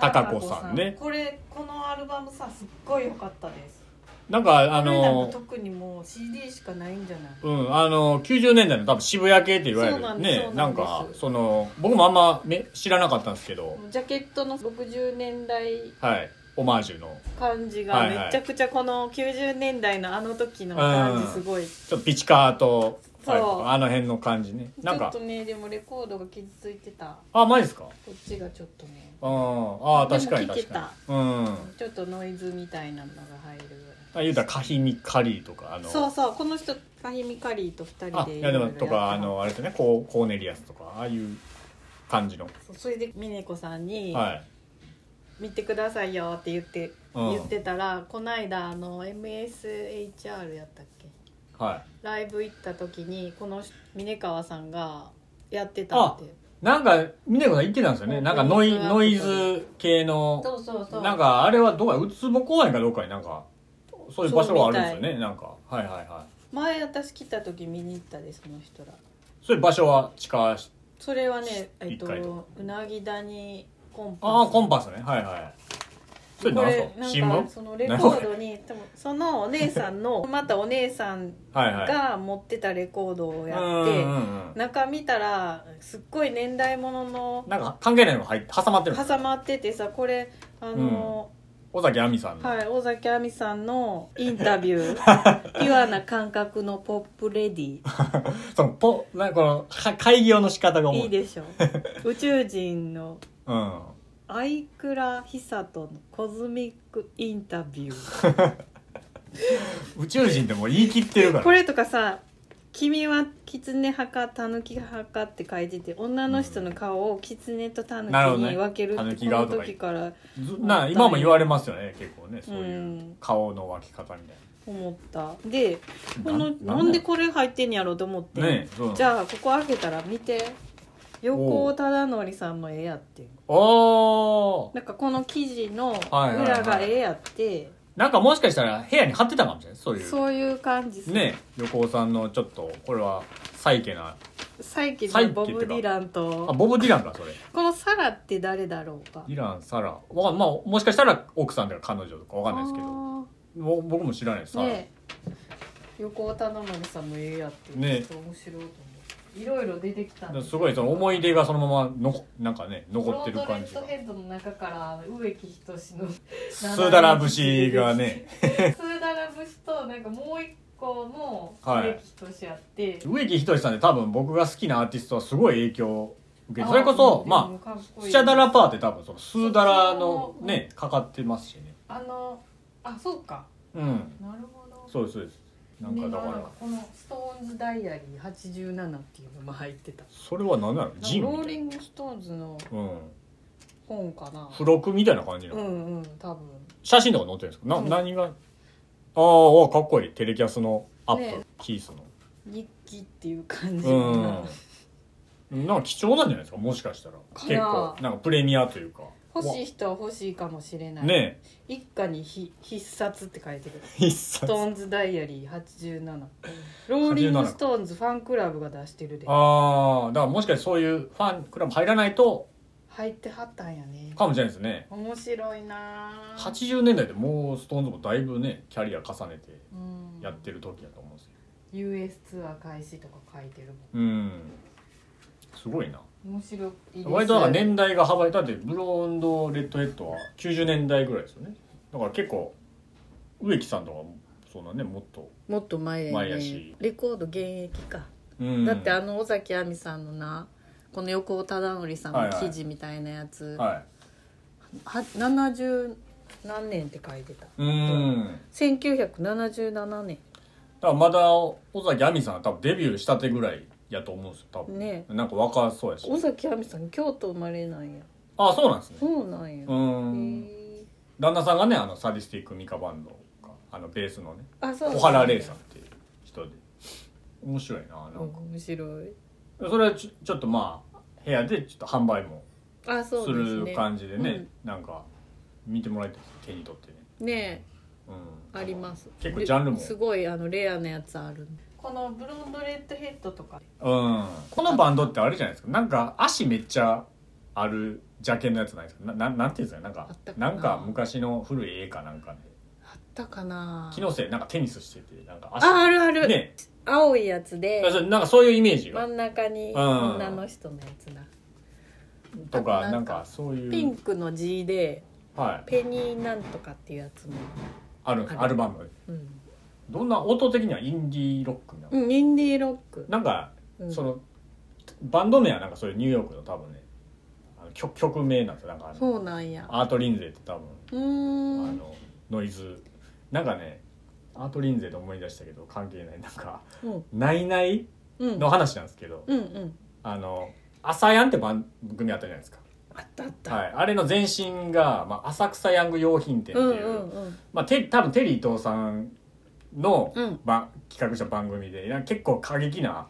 B: 貴子さんね
A: これこのアルバムさすっごい良かったです
B: なんかあ
A: これなん
B: の
A: か特にもう CD しかないんじゃない
B: うん、あの90年代の多分渋谷系っていわゆ
A: そうな
B: る
A: んです
B: ね
A: そう
B: な
A: なんんです
B: かその僕もあんまめ知らなかったんですけど
A: ジャケットの60年代
B: はいオマージュの
A: 感じ
B: は
A: が
B: いはい
A: めちゃくちゃこの90年代のあの時の感じすごい
B: ちょっとピチカーと
A: そう
B: はいあの辺の感じね
A: ち
B: な
A: ょ
B: ん
A: っ
B: か
A: とねでもレコードが傷ついてた
B: あマジですか
A: こっちがちょっとね
B: あーあー
A: でも
B: 確かに
A: 聞け
B: 確
A: た
B: かにうん
A: ちょっとノイズみたいなのが入るぐらい
B: あ言うたらカヒミカリーとかあの
A: そうそうこの人カヒミカリーと二人
B: あ
A: で
B: いやでもとかあ
A: いろいろやっ
B: のあれですよねコーコーネリアスとかああいう感じの
A: てたそうそれで峰子さんに
B: はい
A: 「見てくださいよ」って言って、
B: うん
A: 言ってたらこないだあの MSHR やったっけ
B: はい
A: ライブ行った時にこの峰川さんがやってたって
B: なんか峰子さん言ってたんですよねなんかノイノイズ系の
A: そうそうそう
B: なんかあれはどこやうつぼ公園かどうかになんかそういう場所があるんですよねなんかはいはいはい
A: 前私来た時見に行ったですその人ら
B: そういう場所は近し
A: それはねえっ
B: 一回と
A: とうなぎ谷コンパス
B: ああコンパスねはいはいそれ
A: こ
B: 何
A: れ
B: すか新
A: なん
B: 聞
A: かそのレコードにでもそのお姉さん のまたお姉さん
B: はいはい
A: が持ってたレコードをやっ
B: うんうん
A: て
B: うん
A: 中見たらすっごい年代物の
B: なんか関係ないのが入って挟まってるんです
A: 挟まっててさこれあの、
B: 尾崎亜美さんの、
A: はい、尾崎亜美さんのインタビ ュー「ピュアな感覚のポップレディ
B: そのポなんかこのか開業の仕方が」
A: い
B: 重
A: い
B: い
A: でしょ宇宙人の
B: うん
A: 相倉久人のコズミックインタビュー
B: 宇宙人でもう言い切ってるから
A: これとかさ「君は狐派か狸派か」って書いてて女の人の顔を狐と狸
B: なるほどね
A: に分けるって
B: 狸
A: この
B: 顔とか
A: 時から
B: ずな今も言われますよね結構ねそう
A: う
B: いうん顔の分け方みたい
A: 思ったでこ
B: な
A: の
B: な
A: なんでこれ入ってんやろうと思って、
B: ねえそう
A: じゃあここ開けたら見て横尾忠則さんの絵やって
B: おー
A: なんかこの記事の
B: はいはいはい
A: 裏が絵やって、
B: なんかもしかしたら部屋に貼ってたかもしれないそういう
A: そういう感じ
B: ね横尾さんのちょっとこれはサイケな
A: 最近の
B: 最近
A: ボ
B: っていう
A: ブ・デ
B: か
A: ィラン
B: あ
A: と
B: ボブ・ディランかそれ
A: このサラって誰だろうか
B: ディランサラわかんまあもしかしたら奥さんとか彼女とかわかんないですけどもう僕も知らないです
A: あ
B: サ
A: ー
B: ラ
A: ね横尾忠則さんの絵やって、
B: ね
A: ちょっと面白いと思ういろいろ出てきた
B: だ
A: ん
B: から
A: です
B: ごいその思い出がそのままのこなんかね残
A: ロ
B: っ
A: ー
B: てる
A: ドレ
B: 感
A: ッ
B: じが
A: ドヘッドの中から植木仁の
B: スダラ節がね
A: スーダラ節となんかもう一個も
B: はい
A: 植木仁あって、
B: 植木仁さんで多分僕が好きなアーティストはすごい影響を受けてそれこそま
A: あ
B: あスチャダラパーって多分そのスーダラの
A: そう
B: ねかかってますしね
A: あのあそうか
B: うん
A: なるほど
B: そうですそうですなんかだか
A: ねなん
B: ら
A: かこの「ストーンズダイアリー87」っていうのも入ってた
B: それは何なの
A: なんか
B: ジン
A: ロ
B: み
A: ー
B: た
A: リ
B: い
A: ング・ストーンズの
B: なうん
A: 本かな
B: 付録みたいな感じ
A: う
B: の
A: んうん多分
B: 写真とか載ってるんですかな
A: うん
B: 何がああーかっこいいテレキャスのアッ
A: ね
B: プキースの
A: 日記っていう感じの
B: うんなんか貴重なんじゃないですかもしかしたら
A: かな
B: 結構なんかプレミアというか
A: 欲しい人は欲しいかもしれない、
B: ねえ
A: 一家にひ必殺って書いてる
B: 必
A: ス
B: 殺
A: トーンズダイアリー87ローリングストーンズファンクラブが出してるで
B: ああだからもしかしてそういうファンクラブ入らないと
A: 入ってはったんやね
B: かもしれないですね
A: 面白いなぁ
B: 80年代でもうストーンズもだいぶねキャリア重ねて
A: うん
B: やってる時だと思うんですよ
A: US ツアー開始とか書いてるも
B: うんすごいなん
A: 面白いです
B: 割とだから年代が幅だってブロンドレッドヘッドは90年代ぐらいですよねだから結構植木さんとかもそんなねもっと、
A: もっと前や,、ね、
B: 前やし
A: レコード現役か、
B: うん
A: だってあの尾崎亜美さんのなこの横尾忠則さんの記事みたいなやつ、は
B: はい
A: 70何年って書いてた
B: うん
A: 1977年
B: だからまだ尾崎亜美さんは多分デビューしたてぐらいやと思うんですよ多分
A: ね
B: なんか若そうやし
A: 尾崎亜美さん京都生まれなんや
B: あそうなんですね
A: そうなんや
B: う、ん
A: へえ
B: 旦那さんがねあのサディスティックミカバンドかあのベースのね
A: あそうなん
B: 小
A: や
B: 原玲さんっていう人で面白いななんか、
A: 面白い
B: それはちょちょっとまあ部屋でちょっと販売も
A: あそ
B: す
A: うです
B: る
A: ね
B: 感じでね
A: うん
B: なんか見てもらいたいです手に取ってね、
A: ね
B: うん、
A: あります
B: 結構ジャンルも
A: ですごいあのレアなやつあるこのブロンドレッドヘッドとか
B: うんこのバンドってあれじゃないですかなんか足めっちゃあるジャケンのやつないですかなななんていうんですかねなんか
A: あったか
B: な
A: なん
B: か昔の古い絵かなんかで
A: あったかな
B: 気のせいなんかテニスしててなんか足
A: ああるある、
B: ね
A: 青いやつで
B: だからなんかそういうイメージ
A: 真
B: が
A: ん中に
B: うん
A: 女の人のやつだ、
B: と
A: あ
B: か
A: とな
B: なんん
A: か
B: かそう
A: ピ
B: い
A: ン
B: う
A: クの字で
B: はい
A: ペニーなんとかっていうやつも、
B: あるんです
A: ある
B: アルバム
A: うん、
B: どんな音的にはインディーロックなの、
A: うん、インディーロック、
B: なんか
A: うん
B: そのバンド名はなんかそういうニューヨークの多分ねあの曲曲名なんですよなんかあの
A: そうなんや
B: アート・リンゼって多分
A: うー
B: あ
A: ん
B: のノイズなんかねアート・リンゼで思い出したけど関係ないなんか
A: うん
B: 「ないない」
A: うん
B: の話なんですけど
A: うんうん
B: あの「朝やん」って番組あったじゃないですか、
A: あったあった、
B: はい、あれの前身が、まあ、浅草ヤング用品店って
A: うん
B: いう、
A: うんうん
B: まあ、テ多分テリー伊藤さんの、
A: うん
B: ば企画した番組でなんか結構過激な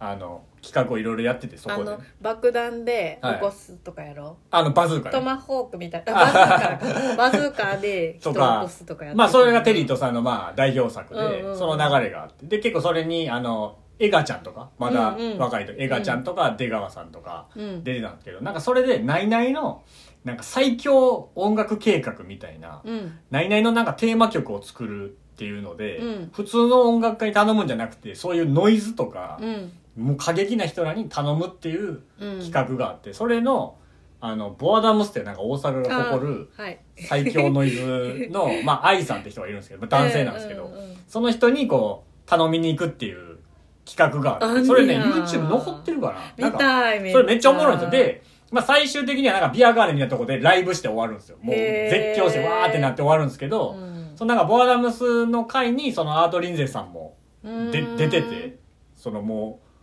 B: あの企画をいろいろやっててそ
A: あ
B: こであ
A: の
B: の
A: 爆弾で
B: はい
A: 起こすとかやろ、
B: バズーカ、ね
A: ト、マホークみたい なあバズーカバズーカで人を
B: と
A: 起
B: か
A: こすとかやって
B: まあそれがテリーとさんのまあ代表作で、
A: うんうんうん
B: その流れがあってで結構それにあのエガちゃんとかまだ
A: うんうん
B: 若いと、エガちゃんとか出川さんとか
A: うん
B: 出てたんですけど、なんかそれで「ナイナイのなんか最強音楽計画みたいな
A: うん
B: 「ナイナイのなんかテーマ曲を作るっていうので、
A: うん
B: 普通の音楽家に頼むんじゃなくてそういうノイズとか、
A: うん
B: もう過激な人らに頼むっていう
A: うん
B: 企画があって、それの、あの、ボアダムスってなんか大阪が誇る
A: あーはい
B: 最強ノイズ の、まあ、愛さんって人がいるんですけど、男性なんですけど、
A: ううん
B: その人にこう、頼みに行くっていう企画があっ
A: あんねや
B: て、それね、YouTube 残ってるかな。
A: 見
B: なんか、
A: たい
B: それめっちゃおもろいんですよ。
A: で
B: で、まあ、最終的にはなんかビアガーデンみたいなとこでライブして終わるんですよ。もう
A: へ
B: 絶
A: ー
B: 叫してわーってなって終わるんですけど、そのなんかボアダムスの回にそのアートリンゼさんもで出ててそのもう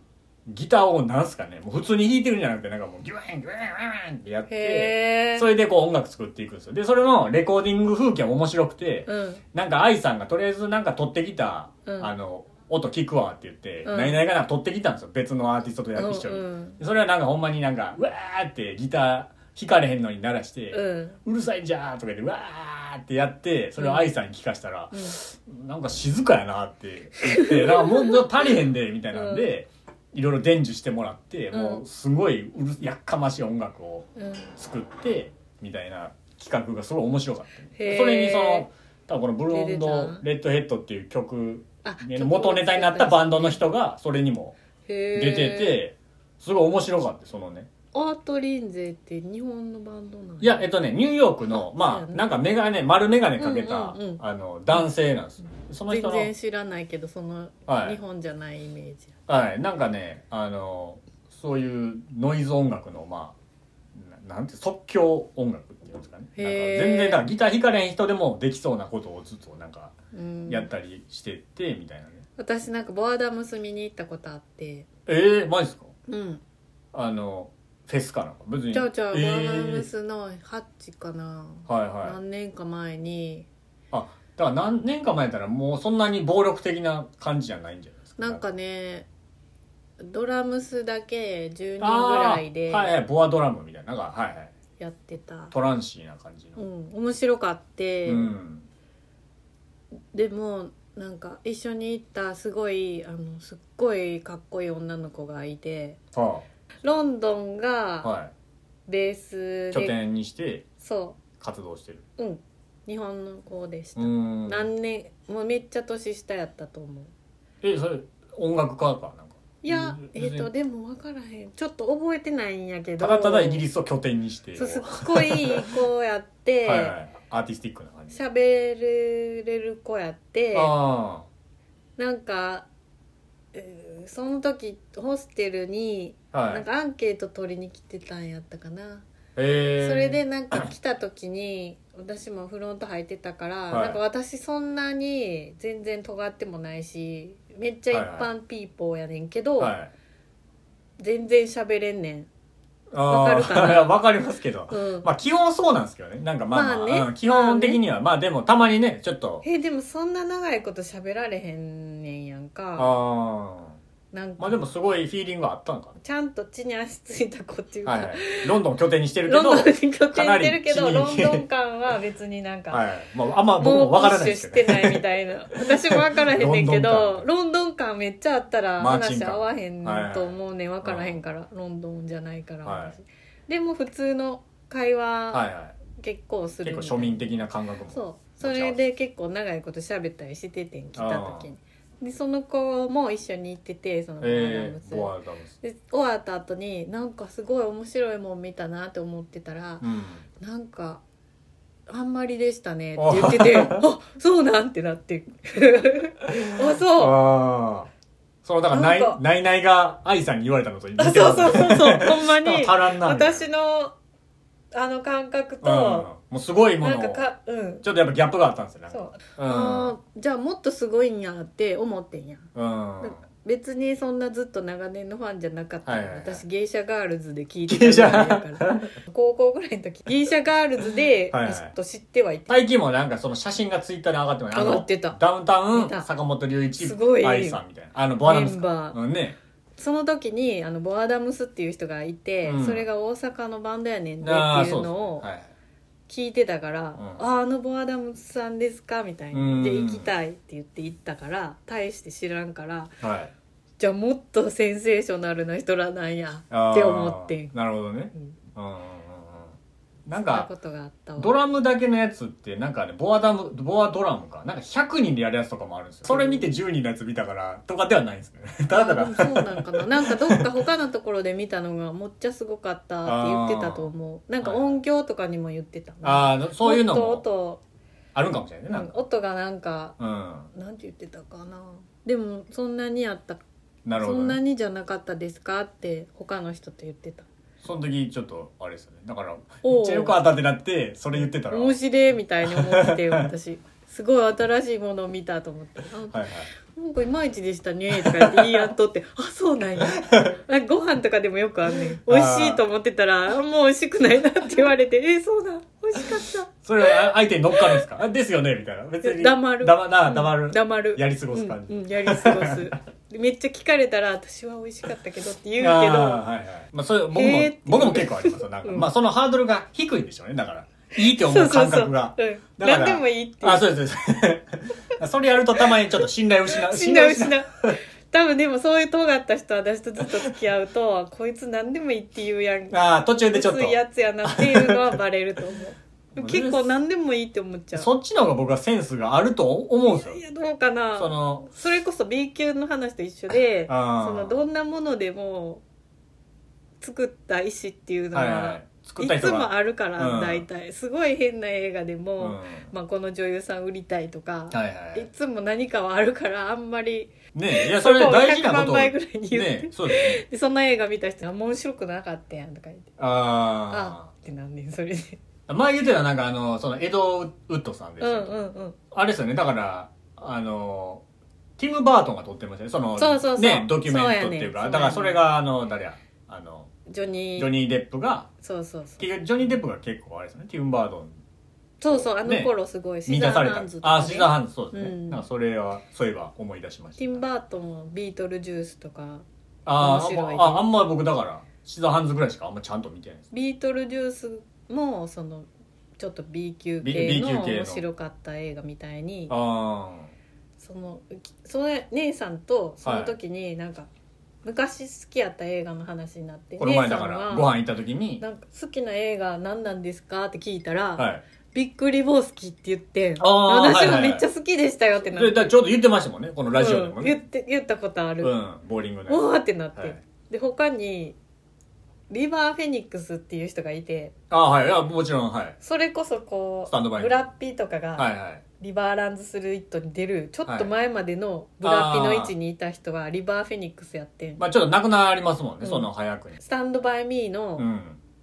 B: ギターをなんすかねもう普通に弾いてるんじゃなくてなんかもうギュエンギュエンギュエンってやって
A: へえ
B: それでこう音楽作っていくんですよでそれのレコーディング風景も面白くて
A: うん
B: なんか AI さんがとりあえずなんか撮ってきた、
A: うん
B: あの音聞くわって言って、
A: うん
B: 何々がなんか撮ってきたんですよ別のアーティストとや一緒に、
A: うん
B: それはなんかほんまになんかうわーってギター弾かれへんのに鳴らして、
A: うんうん
B: うるさいんじゃーとか言ってうわーってやってそれを AI さんに聞かしたら、
A: うん
B: なんか静かやなって言って、なんかもう足りへんで、みたいなんで、いろいろ伝授してもらって、
A: うん
B: もうすごいうるやっかましい音楽を
A: うん
B: 作って、みたいな企画がすごい面白かった。
A: へー
B: それにその、多分このブロンド
A: 出てた
B: レッドヘッドっていう曲
A: あ
B: の元ネタになったバンドの人がそれにも
A: 出
B: 出てて、すごい面白かった、そのね。
A: アートリンゼって日本のバンドなん
B: いや、えっとね、ニューヨーク
A: あそ
B: の、
A: う
B: ま
A: や
B: あ、
A: ね
B: なんかメガネ、丸メガネかけた
A: うんうんうん、
B: あの、男性なんですよ。その人
A: 全
B: の、
A: 然知らないけどその
B: はい
A: 日本じゃないイメージ
B: はい、なんかねあのそういうノイズ音楽のまあななんて即興音楽っていうんですかねなんか
A: へー
B: 全然だからギター弾かれへん人でもできそうなことをずっとなんか
A: うん
B: やったりしてって、みたいなね
A: 私なんかボアダムス見に行ったことあって
B: えー、マジですか
A: うん
B: あのフェスかなんか別に
A: ちゃうちゃう、
B: え
A: ボアダム
B: ー、
A: スのハッチかな、
B: はいはい
A: 何年か前に
B: あだから何年か前やったらもうそんなに暴力的な感じじゃないんじゃないですか
A: なんかねドラムスだけ10人ぐ
B: あー
A: らいで
B: はいはいボアドラムみたいななんかはいはい
A: やってた、
B: トランシーな感じ
A: う
B: の
A: ん、面白かって、
B: うん
A: でもなんか一緒に行ったすごいあのすっごいかっこいい女の子がいて
B: は
A: ロンドン
B: あ
A: が
B: は
A: ベース
B: い
A: で、
B: 拠点にして
A: そ
B: 活動してる
A: ううん日本の子でした、
B: うん
A: 何年もうめっちゃ年下やったと思う
B: えそれ音楽家かなんか
A: いや
B: うん
A: えっ、
B: 別
A: と
B: に
A: でも分からへんちょっと覚えてないんやけど
B: ただただイギリスを拠点にして
A: そうすっごい子やって
B: はいはいアーティスティックな感じ
A: 喋れる子やって
B: あ
A: なんかうーその時ホステルに
B: あは
A: なん
B: い
A: かアンケート取りに来てたんやったかな、
B: えー、
A: それでなんか来た時に私もフロント入ってたから、
B: い
A: なんか私そんなに全然尖ってもないしめっちゃ一般ピーポーやねんけど、
B: はい
A: 全然喋れんねん。
B: あ
A: わかるかな
B: あ わかりますけど、
A: うん
B: まあ基本そうなんですけどねなんかまあ、まあ
A: まあね
B: うん基本的にはまあでもたまにねちょっと
A: えでもそんな長いこと喋られへんねんやんか
B: ああ
A: なんか、
B: まあでもすごいフィーリングはあったのか
A: ちゃんと地に足ついた子っていうか、
B: なはいはいロンドンを拠点にしてるけ
A: ロン
B: ど
A: ドン
B: はい
A: に拠点してるけど
B: かな
A: ロ
B: り
A: ン
B: 地に
A: ドン感は別になんか、
B: まああんま僕
A: も
B: も
A: う
B: わから
A: プ
B: な
A: ッ
B: い
A: シュ
B: です
A: して
B: けど、ね、
A: ないみたいな私も分からへんねんけどロンドン感めっちゃあったら
B: マーチン
A: 話
B: 感
A: 合わへんと思うねん
B: はい
A: 分からへんから、ロンドンじゃないから、
B: はい
A: 私でも普通の会
B: は
A: 話
B: いは
A: 結構す
B: い
A: る
B: 結
A: みたいな
B: 構庶民的な感覚も
A: そうそれで結構長いこと喋ったりしててん来た時にでその子も一緒に行っててその
B: えー、
A: ボ
B: ボ
A: アダム
B: アダムス
A: スで終わった後になんかすごい面白いもん見たなって思ってたら、
B: うん
A: なんかあんまりでしたね」って言ってて「あそうなん?」ってなって あそう
B: ああそのだからない
A: なんか
B: ないないが愛さんに言われたのと似て
A: あ
B: る
A: そうそうそうそうほんまに
B: 足らんなみたいな
A: 私のあの感覚
B: うん
A: と、
B: もうすごいも
A: な
B: の
A: ん
B: を
A: かかうん
B: ちょっとやっぱギャップがあったんですよなん
A: そ
B: か
A: う、
B: う
A: あーじゃあもっとすごいんやって思ってんや
B: んうん
A: 別にそんなずっと長年のファンじゃなかったの、
B: はいはいはい
A: 私芸者ガールズで聞いて
B: 芸者
A: たぐらいやから高校ぐらいの 時芸者ガールズで
B: はいはい
A: ちょっと知ってはいて、
B: 最近もなんかその写真がツイッターで上がってますあ
A: 上が
B: の
A: ってた
B: ダウンタウ
A: 見た
B: ン坂本龍一
A: すごい
B: 愛さんみたいなあのボアナムス
A: メンバー
B: うんね
A: その時にあのボアダムスっていう人がいて、
B: うん
A: それが大阪のバンドやねんで
B: あ
A: っ
B: あ
A: てい
B: そううですね
A: のを
B: はい
A: 聞いてたから「
B: うん
A: あああのボアダムスさんですか?」みたい
B: う
A: な「
B: ん
A: で行きたい」って言って行ったから大して知らんから
B: はい
A: じゃあもっとセンセーショナルな人らなんや
B: あー
A: って思ってん
B: なるほどね
A: うん
B: うんうんうんうんなん
A: そんな
B: か
A: ことがあったわ
B: ドラムだけのやつってなんかねボアダムボアドラムかなんか100人でやるやつとかもあるんですよそれ見て10人のやつ見たからとかではないんですね ただた
A: あで
B: だ
A: もそうなんかななんかどっか他のところで見たのが「もっちゃすごかった」って言ってたと思うなんか音響とかにも言ってたな
B: ああそういうの
A: もっ
B: も
A: と
B: あるんかもしれないね
A: 音,、
B: な
A: うんん
B: か
A: 音がなんか
B: うん
A: なんて言ってたかなでもそんなにあった
B: なるほ
A: そ
B: ど
A: んな
B: ね
A: にじゃなかったですかって他の人と言ってた
B: その時ちょっとあれですよねだから
A: おう
B: めっちゃよく当たってなってそれ言ってたら
A: 面白いみたいに思ってて 私すごい新しいものを見たと思って「あ
B: はいはい
A: なんかいまいちでしたね」とか言って言いやんと って「あそうなんや」なんかご飯とかでもよくあんねん美味しいと思ってたらあ「もう美味しくないな」って言われて「えそうだ美味しかった
B: それはあ相手に乗っかるんです かあですよねみたいな」別に
A: 黙る
B: 黙な黙る、
A: うん黙る
B: やり過ごす感じ
A: うんうんやり過ご すでめっちゃ聞かれたら「私は美味しかったけど」って言うけど
B: あーはいはいまあ、それ僕も、
A: へーって
B: 僕も結構ありますよなんか、
A: うん
B: まあそのハードルが低いんでしょうねだからいいって思う感覚が
A: そうそうそう、うん、
B: だから
A: 何でもいいっていう
B: あそうですそうです それやるとたまにちょっと信頼を失 う
A: 死んだ
B: を
A: 失う多分でもそういう尖った人は私とずっと付き合うとこいつ何でもいいって言うやん
B: ああ途中でちょっ
A: 薄いや
B: と
A: つやなっていうのはバレると思う でも結構何でもいいって思っちゃう
B: そっちの方が僕はセンスがあると思うんですよ
A: いやどうかな
B: その
A: それこそ B 級の話と一緒でそ
B: あー
A: のどんなものでも作った意思っていうの
B: はいはいは
A: はい
B: 作った
A: い
B: 人
A: つ
B: が
A: もあるから、
B: うん
A: 大体すごい変な映画で
B: うん
A: も、
B: は
A: まあ、この女優さん売りたいとか、
B: いはい
A: いつも何かはあるからあんまり
B: ねえいやそれ大事なこと
A: 100万倍ぐらいに言って
B: ねえそうですね
A: でそんな映画見た人は「面白くなかったやん」とか言って「
B: あ
A: あってなんねんそれで
B: あ前言ってたなんかあのそのエド・ウッドさんで
A: う
B: す
A: んうんうん
B: あれですよねだからあのティム・バートンが撮ってましたねその
A: そうそうそう
B: ねドキュメントっていう
A: そう
B: か
A: やね
B: だからそれがあの誰やあの
A: ジョニー
B: ジョニー・デップが
A: そうそうそう
B: 結局ジョニー・デップが結構あれですよねティム・バートン
A: そうそうあの頃すごい、シ
B: 満
A: ザ
B: た
A: ー
B: された
A: ハンズとか、ね、
B: あシザーハンズそうですね、
A: うん
B: なんかそれはそういえば思い出しました
A: ティンバートンはビートルジュースとか
B: あ
A: 面
B: ー
A: 白い
B: あああんま僕だからシザーハンズぐらいしかあんまちゃんと見てないです
A: ビートルジュースもそのちょっと B 級
B: B-
A: 系
B: B 級系
A: の
B: の
A: 面白かった映画みたいに
B: ああ
A: そのそれ姉さんとその時になんか、昔好きやった映画の話になって
B: この
A: 姉
B: 前
A: さ
B: だ
A: ん
B: から
A: は
B: ご飯行った時に
A: なんか好きな映画何なんですかって聞いたら、
B: はい
A: ビックリボー好きって言って
B: あー
A: 私も
B: はいは
A: め
B: い
A: っちゃ好きでしたよって
B: で
A: な
B: だ
A: って、
B: からちょうど言ってましたもんねこのラジオで
A: う
B: も
A: ん言っ
B: ね
A: て言ったことあ
B: う
A: る、
B: ん、
A: お
B: ボーリングの
A: お
B: や
A: ーってなって、
B: つ、はい、
A: で他にリバー・フェニックスっていう人がいて
B: あーはいいやもちろんはい
A: それこそこ
B: スタンド
A: う
B: バイ
A: ブ
B: ミー
A: ラッピーとか
B: は
A: が
B: いはい
A: リバーランズスルイットに出るちょっと前までのブラッピーの位置にいた人はリバー・フェニックスやってん、
B: まあちょっとなくなりますもんね、
A: うん
B: その早くに
A: スタンド・バイ・ミー
B: う
A: の
B: ん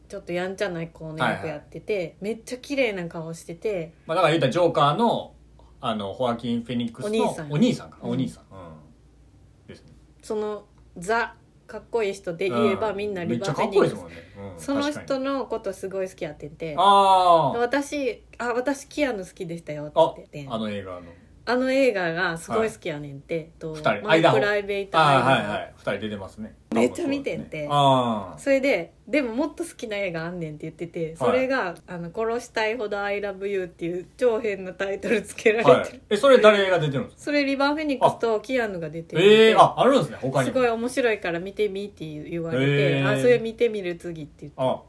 A: ちょっとやんちゃな子の役やってて、めっちゃ綺麗な顔してて
B: まあだから言ったらジョーカーのあのホアキン・フェニックス
A: お
B: の
A: 兄さん
B: お兄さんか
A: うん
B: お兄さん、うんですね
A: そのザかっこいい人で言えばみんな
B: め
A: リ
B: っ
A: バ
B: ちゃ
A: ー・フ
B: かっ
A: ェ
B: こ
A: ニ
B: いい
A: ック
B: です
A: ス
B: もんね、うん
A: その
B: 確か
A: 人
B: に
A: のことすごい好きやってて
B: あー
A: 私あ私好きやの好きでしたよって
B: あ
A: 言って
B: あの映画の
A: あの映画がすごい好きやねんって、と
B: 二人
A: マイ
B: 間を
A: プライベート
B: あーは
A: アイ
B: い
A: ド
B: はい二人出てますね
A: めっちゃ見てんて
B: 多分そうですねあー
A: それででももっと好きな映画あんねんって言っててそれが「あの殺したいほど ILOVEYOU」っていう長編のタイトルつけられてる、
B: はい、えそれ誰が出てるんですか
A: それリバー・フェニックスとキアヌが出てるん
B: え
A: で
B: えー、ああるんですね他に
A: す
B: も
A: ごい面白いから見てみって言われて、
B: へー
A: あそれ見てみる次って言って
B: あ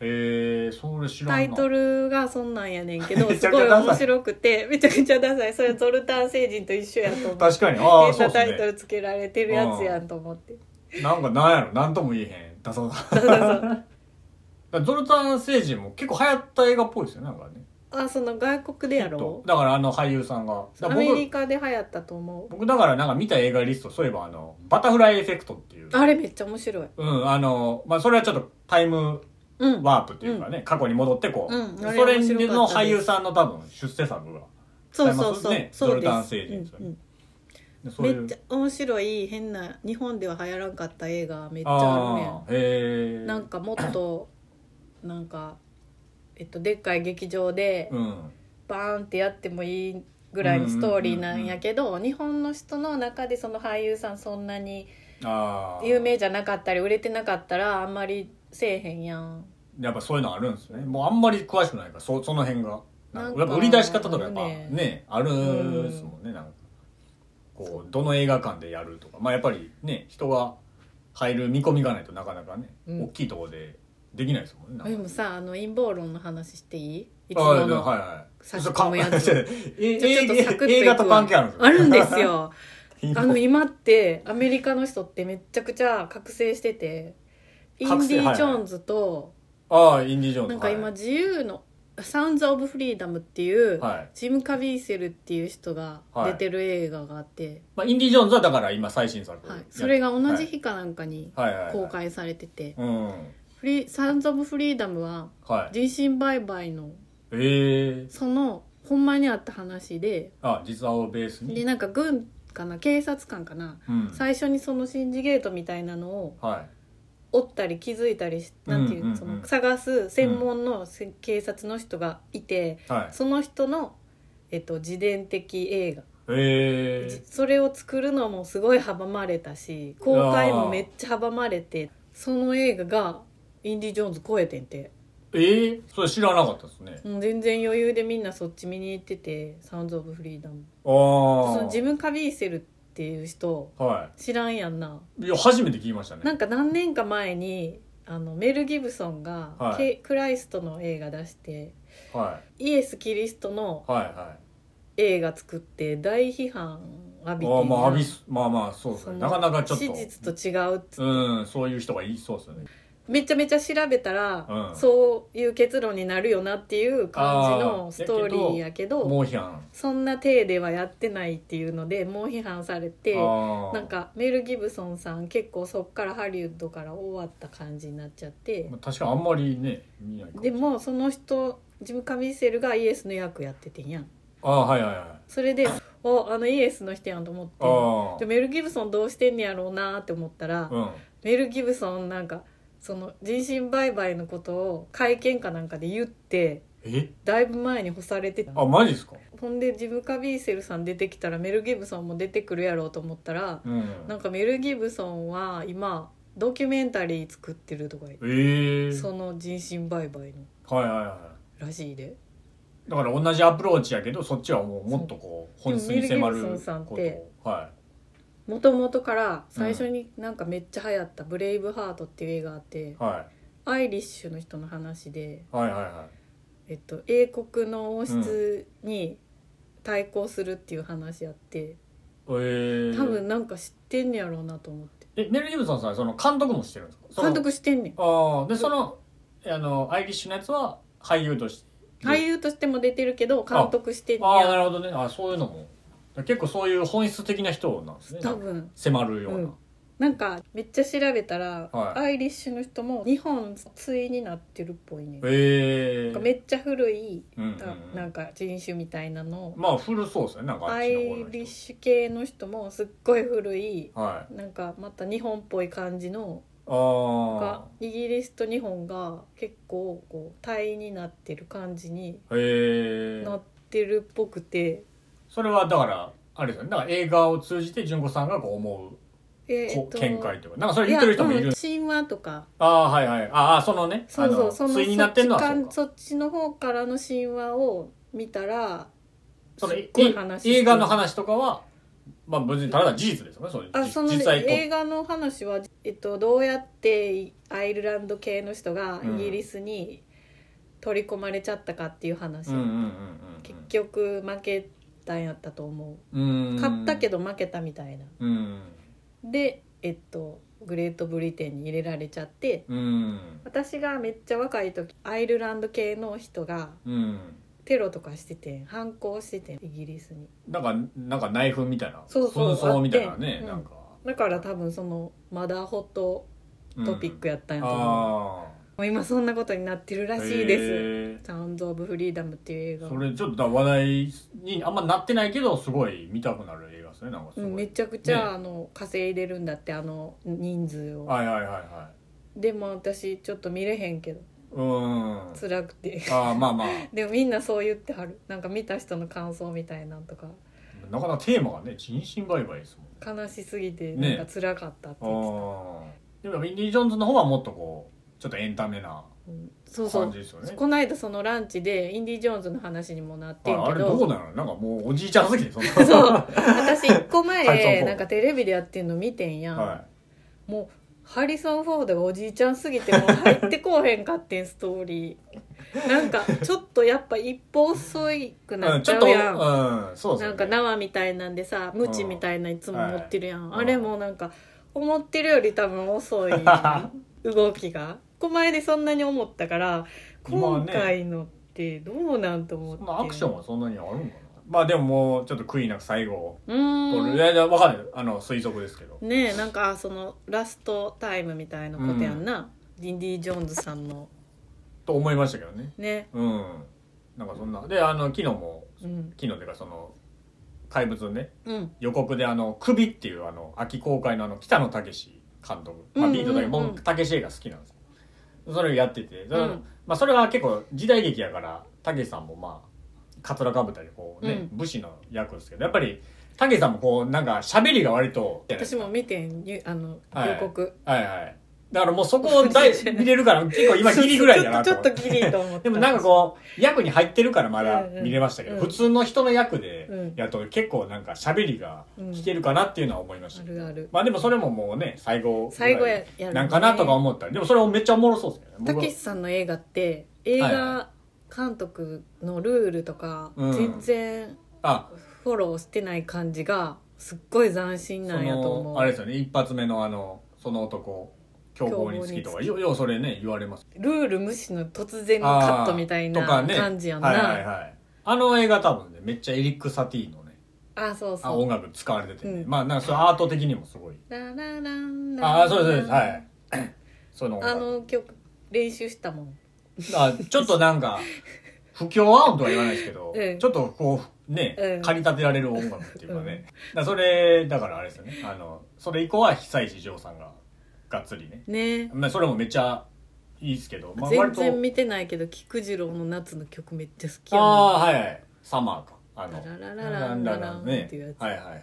B: えー、それ知らんな
A: タイトルがそんなんやねんけど
B: めち
A: す
B: ゃくち
A: ご
B: ゃ
A: い
B: ダサい
A: 面白くてめちゃくちゃダサいそれゾルタン星人と一緒やと思って
B: 確かにああ
A: 変
B: そう
A: なタイト
B: で
A: ルつけられてるやつやんと思って
B: すねなんかなんやろなんとも言えへんだそうだ
A: そうそうそう
B: だからゾルタン星人も結構流行った映画っぽいですよねなんかね
A: あその外国でやろ
B: だからあの俳優さんが
A: ア
B: だから
A: メ
B: 僕
A: リカで流行ったと思う
B: 僕だからなんか見た映画リストそういえばあのバタフライエフェクトっていう
A: あれめっちゃ面白い
B: うんあのまあそれはちょっとタイム
A: うん
B: ワープっていうかね、過去に戻ってこう、
A: うんあれ
B: それ
A: 面白か
B: の
A: った
B: 俳
A: です
B: 優さんの多分出世作が
A: そうそうそ、
B: 使いうますね
A: そう
B: ゾルタン星
A: う
B: 人
A: んうん
B: でそう
A: め
B: いう
A: っちゃ面白い変な日本では流行らんかった映画めっちゃあるねん
B: ああへえ
A: なんかもっとなんか、えっと、でっかい劇場で
B: うん
A: バーンってやってもいいぐらいのストーリーなんやけど、日本の人の中でその俳優さんそんなに
B: ああ
A: 有名じゃなかったり売れてなかったらあんまりせえへんやん。
B: やっぱそういうのあるんですねもうあんまり詳しくないからそその辺がな
A: な
B: んかや
A: ん
B: っ
A: か
B: ぱ売り出し方とかやっぱ
A: あるね
B: ねあるっすもんねなんかこうどの映画館でやるとかまあやっぱりね人が入る見込みがないとなかなかね、
A: うん
B: 大きいところでできないですもんねなんか
A: でもさあの陰謀論の話していいいつ
B: ああ
A: も
B: でも
A: の
B: はいはい
A: 差し込むやつ
B: ち ょっとえ
A: じゃあちょっとサクッといくわ
B: 映画と関係あるんですか
A: あるんですよあの
B: イ
A: 今ってアメリカの人ってめちゃくちゃ覚醒しててインデ
B: 覚醒
A: ィ・
B: はい
A: ジョーンズと、
B: ああインディ・ジョーンズ
A: なんか今
B: はい
A: 自由の「サウンズ・オブ・フリーダム」っていう、
B: はい
A: ジム・カビーセルっていう人が出てる映画があって、
B: まあ、インディ・ジョーンズはだから今最新作、
A: はいそれが同じ
B: 日
A: 日かなんかに公
B: 公
A: 開されてて
B: うん
A: 「フリーサウンズ・オブ・フリーダム」は
B: はい
A: 人身売買の
B: ええ
A: そのほんまにあった話で
B: あ実話をベース
A: で
B: に
A: なんか軍かな警察官かな
B: うん
A: 最初にそのシンジゲートみたいなのを
B: はい
A: 追ったり気づいたりしなんていう,、
B: うんうんうん
A: その探す専門のせ警察の人がいて。
B: はい
A: その人の、えっと、自伝的映画、
B: ええ
A: それを作るのもすごい阻まれたし公開もめっちゃ阻まれてその映画がインディ・ジョーンズ超えてんて、
B: ええそれ知らなかったですね
A: うん、全然余裕でみんなそっち見に行ってて「サウンズ・オブ・フリーダム」
B: ああ
A: そのジム・カビーセルっていう人
B: は
A: 知らんやんない
B: いや初めて聞きましたね
A: なんか何年か前にあのメル・ギブソンが、
B: はい
A: ケクライストの映画出して
B: は
A: イエス・キリストの
B: いはいはい
A: 映画作って大批判浴びて
B: ああ
A: ん
B: まあ
A: な
B: アビスまあまあそうです
A: その
B: ねなかなかちょっと
A: 史実と違うっつ
B: うんそういう人がいそうですね
A: めちゃめちゃ調べたら、
B: うん
A: そういう結論になるよなっていう感じのストーリーやけど
B: モーヒャン
A: そんな体ではやってないっていうのでもう批判されて
B: ああ
A: なんかメル・ギブソンさん結構そっからハリウッドから終わった感じになっちゃって
B: まあ確かにあんまりね見ないか
A: でもその人ジム・カミセルがイエスの役やっててんやん
B: ああはいはいはいあ
A: それ で「おあのイエスの人やん」と思って
B: あ
A: でメル・ギブソンどうしてんねやろうなって思ったら、
B: うん
A: メル・ギブソンなんかその人身売買のことを会見かなんかで言って
B: え
A: だいぶ前に干されてた
B: あマジですか
A: ほんでジム・カビーセルさん出てきたらメル・ギブソンも出てくるやろうと思ったら
B: うん
A: なんかメル・ギブソンは今ドキュメンタリー作ってるとか言って
B: ええ
A: その人身売買の
B: はいはいは
A: らしいで
B: いだから同じアプローチやけどそっちはもうもっとこう
A: そう
B: 本質に迫る
A: でもミルギブソン
B: こ
A: さんっ
B: と
A: て
B: をは
A: もともとから最初になんかめっちゃ流行った「ブレイブハート」っていう映画あって
B: いは
A: アイリッシュの人の話で
B: いはいはいは
A: えっと、英国の王室に対抗するっていう話やって、
B: いええ
A: 多分なんか知ってんねやろうなと思って
B: えメル・ギブソンさんはその監督もしてるんですかその
A: 監督してんねん
B: ああでそのあのアイリッシュのやつは俳優として
A: 俳優としても出てるけど監督してんね
B: ああな
A: や
B: るほどねあそういうのも結構そういう本質的な人なんですね
A: 多分
B: 迫るよう
A: う、
B: なん
A: なんかめっちゃ調べたら、
B: はい
A: アイリッシュの人も日本対になってるっぽいねん、
B: え
A: なん
B: え
A: かめっちゃ古い、
B: うんうん
A: た
B: う
A: なん
B: ん
A: か人種みたいなのを
B: まあ古そうですねなんかあっ
A: ア
B: ち
A: イ
B: の方の
A: リッ
B: 人
A: シュ系の人もすっごい古い
B: はい
A: なんかまた日本っぽい感じの
B: あ
A: がイギリスと日本が結構こう対になってる感じに
B: あへえ
A: なってるっぽくて、
B: それはだからあれですよねだから映画を通じて純子さんがこう思う
A: え
B: こ
A: っ
B: う
A: と
B: 見解というかなんかそれ
A: い
B: 言
A: や
B: ってる人もい
A: うん
B: る
A: 神話とか
B: ああはいはいああそのね
A: そうそう
B: あ
A: そ
B: の
A: の
B: 対になってんのは
A: そっ
B: そ
A: ち
B: う
A: か
B: か
A: そっちの方からの神話を見たら
B: その
A: すっ
B: え
A: ごい話してる
B: 映画の話とかはまあ別にただ事実ですよねそう
A: あ
B: じ
A: そのね
B: 実際こう
A: 映画の話は、えっと、どうやってアイルランド系の人がイギリスに取り込まれちゃったかっていう話、
B: うんうん
A: 結局負けたんやったと思
B: うんうんう
A: うん勝ったけど負けたみたいな。
B: うん
A: でえっとグレートブリテンに入れられちゃって
B: うん
A: 私がめっちゃ若い時アイルランド系の人が
B: うん
A: テロとかしてて反抗しててイギリスに
B: なんかなんかナイフみたいな
A: そうそう
B: 紛争みたいな
A: あっ
B: ね
A: て
B: なんか
A: だから多分そのマダーホットトピック
B: や
A: やったん
B: あ
A: やと思う、
B: あ
A: もう今そんなことになってるら
B: ー
A: しいです、
B: へ
A: サウンド・オブ・フリーダムっていう映
B: ー
A: 画
B: それちょっとだから話題にあんまなってないけどすごい見たくなる映画ですねなんかす
A: うん
B: ご
A: め
B: い
A: ちゃくちゃ、
B: ね
A: あの稼いでるんだってあの人数を
B: はいはいはいは
A: でも私ちょっと見れへんけど
B: いうーん
A: 辛くて
B: ああまあまあ
A: でもみんなそう言ってはるなんか見た人の感想みたいなんとか
B: なかなかテーマがね人身売買ですもんね
A: 悲しすぎて
B: ね
A: なんか辛かったって
B: あ
A: 言ってた、
B: ーでもインディ・ジョーンズの方はもっとこうちょっとエンタメな
A: うんそうそ
B: 感
A: う
B: じですよね
A: この間そのランチでインディ・ジョーンズの話にもなってん
B: ああ
A: け
B: れどこ
A: ど
B: なのなんかもうおじいちゃん好きでそんな
A: そう私一個
B: ハリソンフォー
A: 前
B: ド
A: なんかテレビでやってんの見てんやん、
B: は
A: もうハリソン・フォードがおじいちゃんすぎてもう入ってこうへんかってんストーリーなんかちょっとやっぱ一歩遅く
B: い、
A: な
B: う
A: っ
B: ん、
A: ち
B: ちょ
A: ゃ
B: っと
A: うやん、
B: うんそうです
A: な
B: よ
A: んか
B: ね
A: 縄みたいなんでさムチみたいないつも持ってるやん、
B: はい
A: あれもなんか思ってるより多分遅い やん動きがこ前でそんなに思ったから
B: 今
A: 今
B: ね
A: 回のってどうなんと思って、
B: まあアクションはそんなにあるんかなまあでももうちょっと悔いなく最後
A: う
B: 取
A: ー
B: る
A: ん
B: いやいや分かるあの推測ですけど
A: ねえなんかそのラストタイムみたいなことやんな、ディンディ・ジョーンズさんの
B: と思いましたけどね
A: ね
B: うんなんかそんなであの昨日も
A: うん
B: 昨日というかその怪物のね
A: うん
B: 予告であの「首」っていうあの秋公開のあの北野武監督、
A: うん
B: まあ、
A: うんう
B: ビ
A: ん
B: ートだけど僕武映が好きなんですよそれをやっててそ,、
A: うん
B: まあ、それは結構時代劇やから武さんもまあかつらかぶったりこうね、武士の役ですけどやっぱり武さんもこうなんか喋りが割と
A: 私も見てんゆあの
B: はい
A: 予告、
B: はいはいだからもうそこを大見れ るから結構今ギリぐらいだな
A: ち
B: と
A: ょっ
B: 思
A: と
B: って
A: ちょっとギリと思った
B: でもなんかこう役に入ってるからまだ見れましたけど、
A: うんうん
B: 普通の人の役で
A: うん
B: やると結構なんか喋りが聞けるかなっていうのは思いました
A: あ
B: けど、
A: るある
B: まあでもそれももうね最後ぐらい
A: 最後ややる
B: なんかなとか思ったりでもそれもめっちゃおもろそうですよね
A: た
B: 僕は
A: けしさんの映画って映画監督のルールとか
B: うん
A: 全然
B: あ
A: フォローしてない感じがすっごい斬新
B: そ
A: なんやと思
B: の
A: う
B: あれですよね一発目のあのその男凶暴に好きとか
A: 凶暴に
B: よようそれね言われます
A: ルール無視の突然のカットみたいな
B: あーとかね
A: 感じやん
B: はいはい
A: な
B: はいあの映画多分ねめっちゃエリック・サティのね
A: あそう
B: あ
A: そう
B: 音楽使われててね、
A: うん
B: まあなんかそれアート的にもすごい
A: ララランラ
B: ああそうですそうですはい その音
A: あ
B: 楽
A: の曲練習したもん
B: あちょっとなんか不協和音とは言わないですけど、
A: うん
B: ちょっとこうね、
A: うん
B: 駆り立てられる音楽っていうかね、だからそれだからあれですよねあのそれ以降は久石譲さんががっつりね、
A: ね
B: まあ、それもめっちゃいいですけど、まあ、
A: 全
B: 割と
A: 然見てないけど菊次郎の夏の曲めっちゃ好きやもん
B: ああーはいはいサマーかあの
A: ララララランララン
B: ね
A: っていうやつ
B: はいはいはい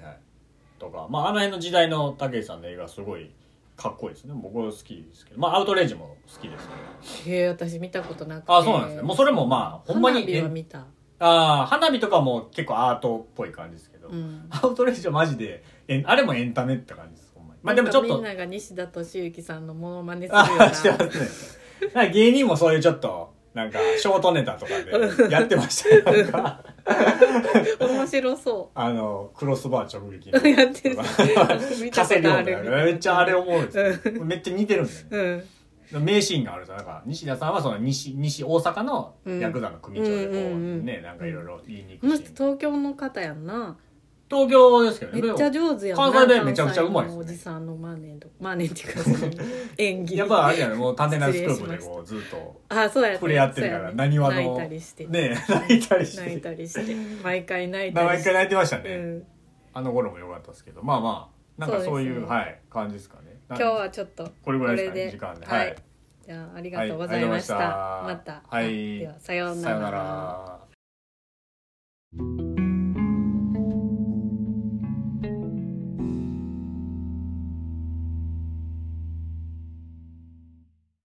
B: とかまああの辺の時代の武井さんの映画すごいかっこいいですね僕好きですけどまあアウトレイジも好きですけど
A: へえ私見たことなくて
B: ああそうなんですねもうそれもまあほんまに
A: 花火は見た、
B: ああ、花火とかも結構アートっぽい感じですけど、
A: うん、
B: アウトレイジはマジで、えあれもエンタメって感じです、ほんまに。まあでもちょっ
A: なんか
B: と
A: みん、なが西田敏行さんのモノマネするよ
B: あ
A: うな
B: ーしてますね。なんか芸人もそういうちょっと、なんか、ショートネタとかでやってましたよなんか、
A: 面白そ
B: あの、クロスバー直撃の
A: うやってる
B: とか。
A: 見たこ
B: 稼ぎ
A: と
B: よ
A: あ
B: うと
A: る
B: かめっちゃあれおもろいですよめっちゃ似てるんですよ
A: う
B: ね。
A: ん
B: 名シーンがあるんですよ。なんか、西田さんはその西、西大阪のヤクザの組長でこ
A: うんうん
B: う、
A: うんうん
B: ね、なんかいろいろ言いに
A: こ
B: 行
A: の
B: く
A: 人
B: し。
A: 東京の方やんな
B: 東京ですけど
A: め
B: ね。
A: っちゃ上手やんな
B: 関西弁めちゃくちゃうまいです
A: 関西のお
B: ね
A: じさんのマネとマネっていうか その演技
B: やっぱあれじゃないもう探偵ナイスクープでこうずっと
A: あそうや
B: 触れ合ってるから
A: 何
B: 何
A: は
B: 話の
A: 泣いたりして、
B: ねえ泣いたりし
A: 泣い
B: て
A: たりして毎回泣いたり
B: 毎
A: し
B: 回
A: て
B: 泣いてました
A: う
B: ね、
A: ん、
B: あの頃も良かったですけどまあまあなんかそういう
A: そうですね
B: はい感じですかね
A: 今日はちょっと
B: これぐらいですかね時間で
A: は
B: はいい、
A: じゃあありがとうございました、
B: はいあ
A: ま
B: りがとうございました
A: た
B: はい
A: ではさよう
B: さよう
A: な
B: な
A: ら
B: ら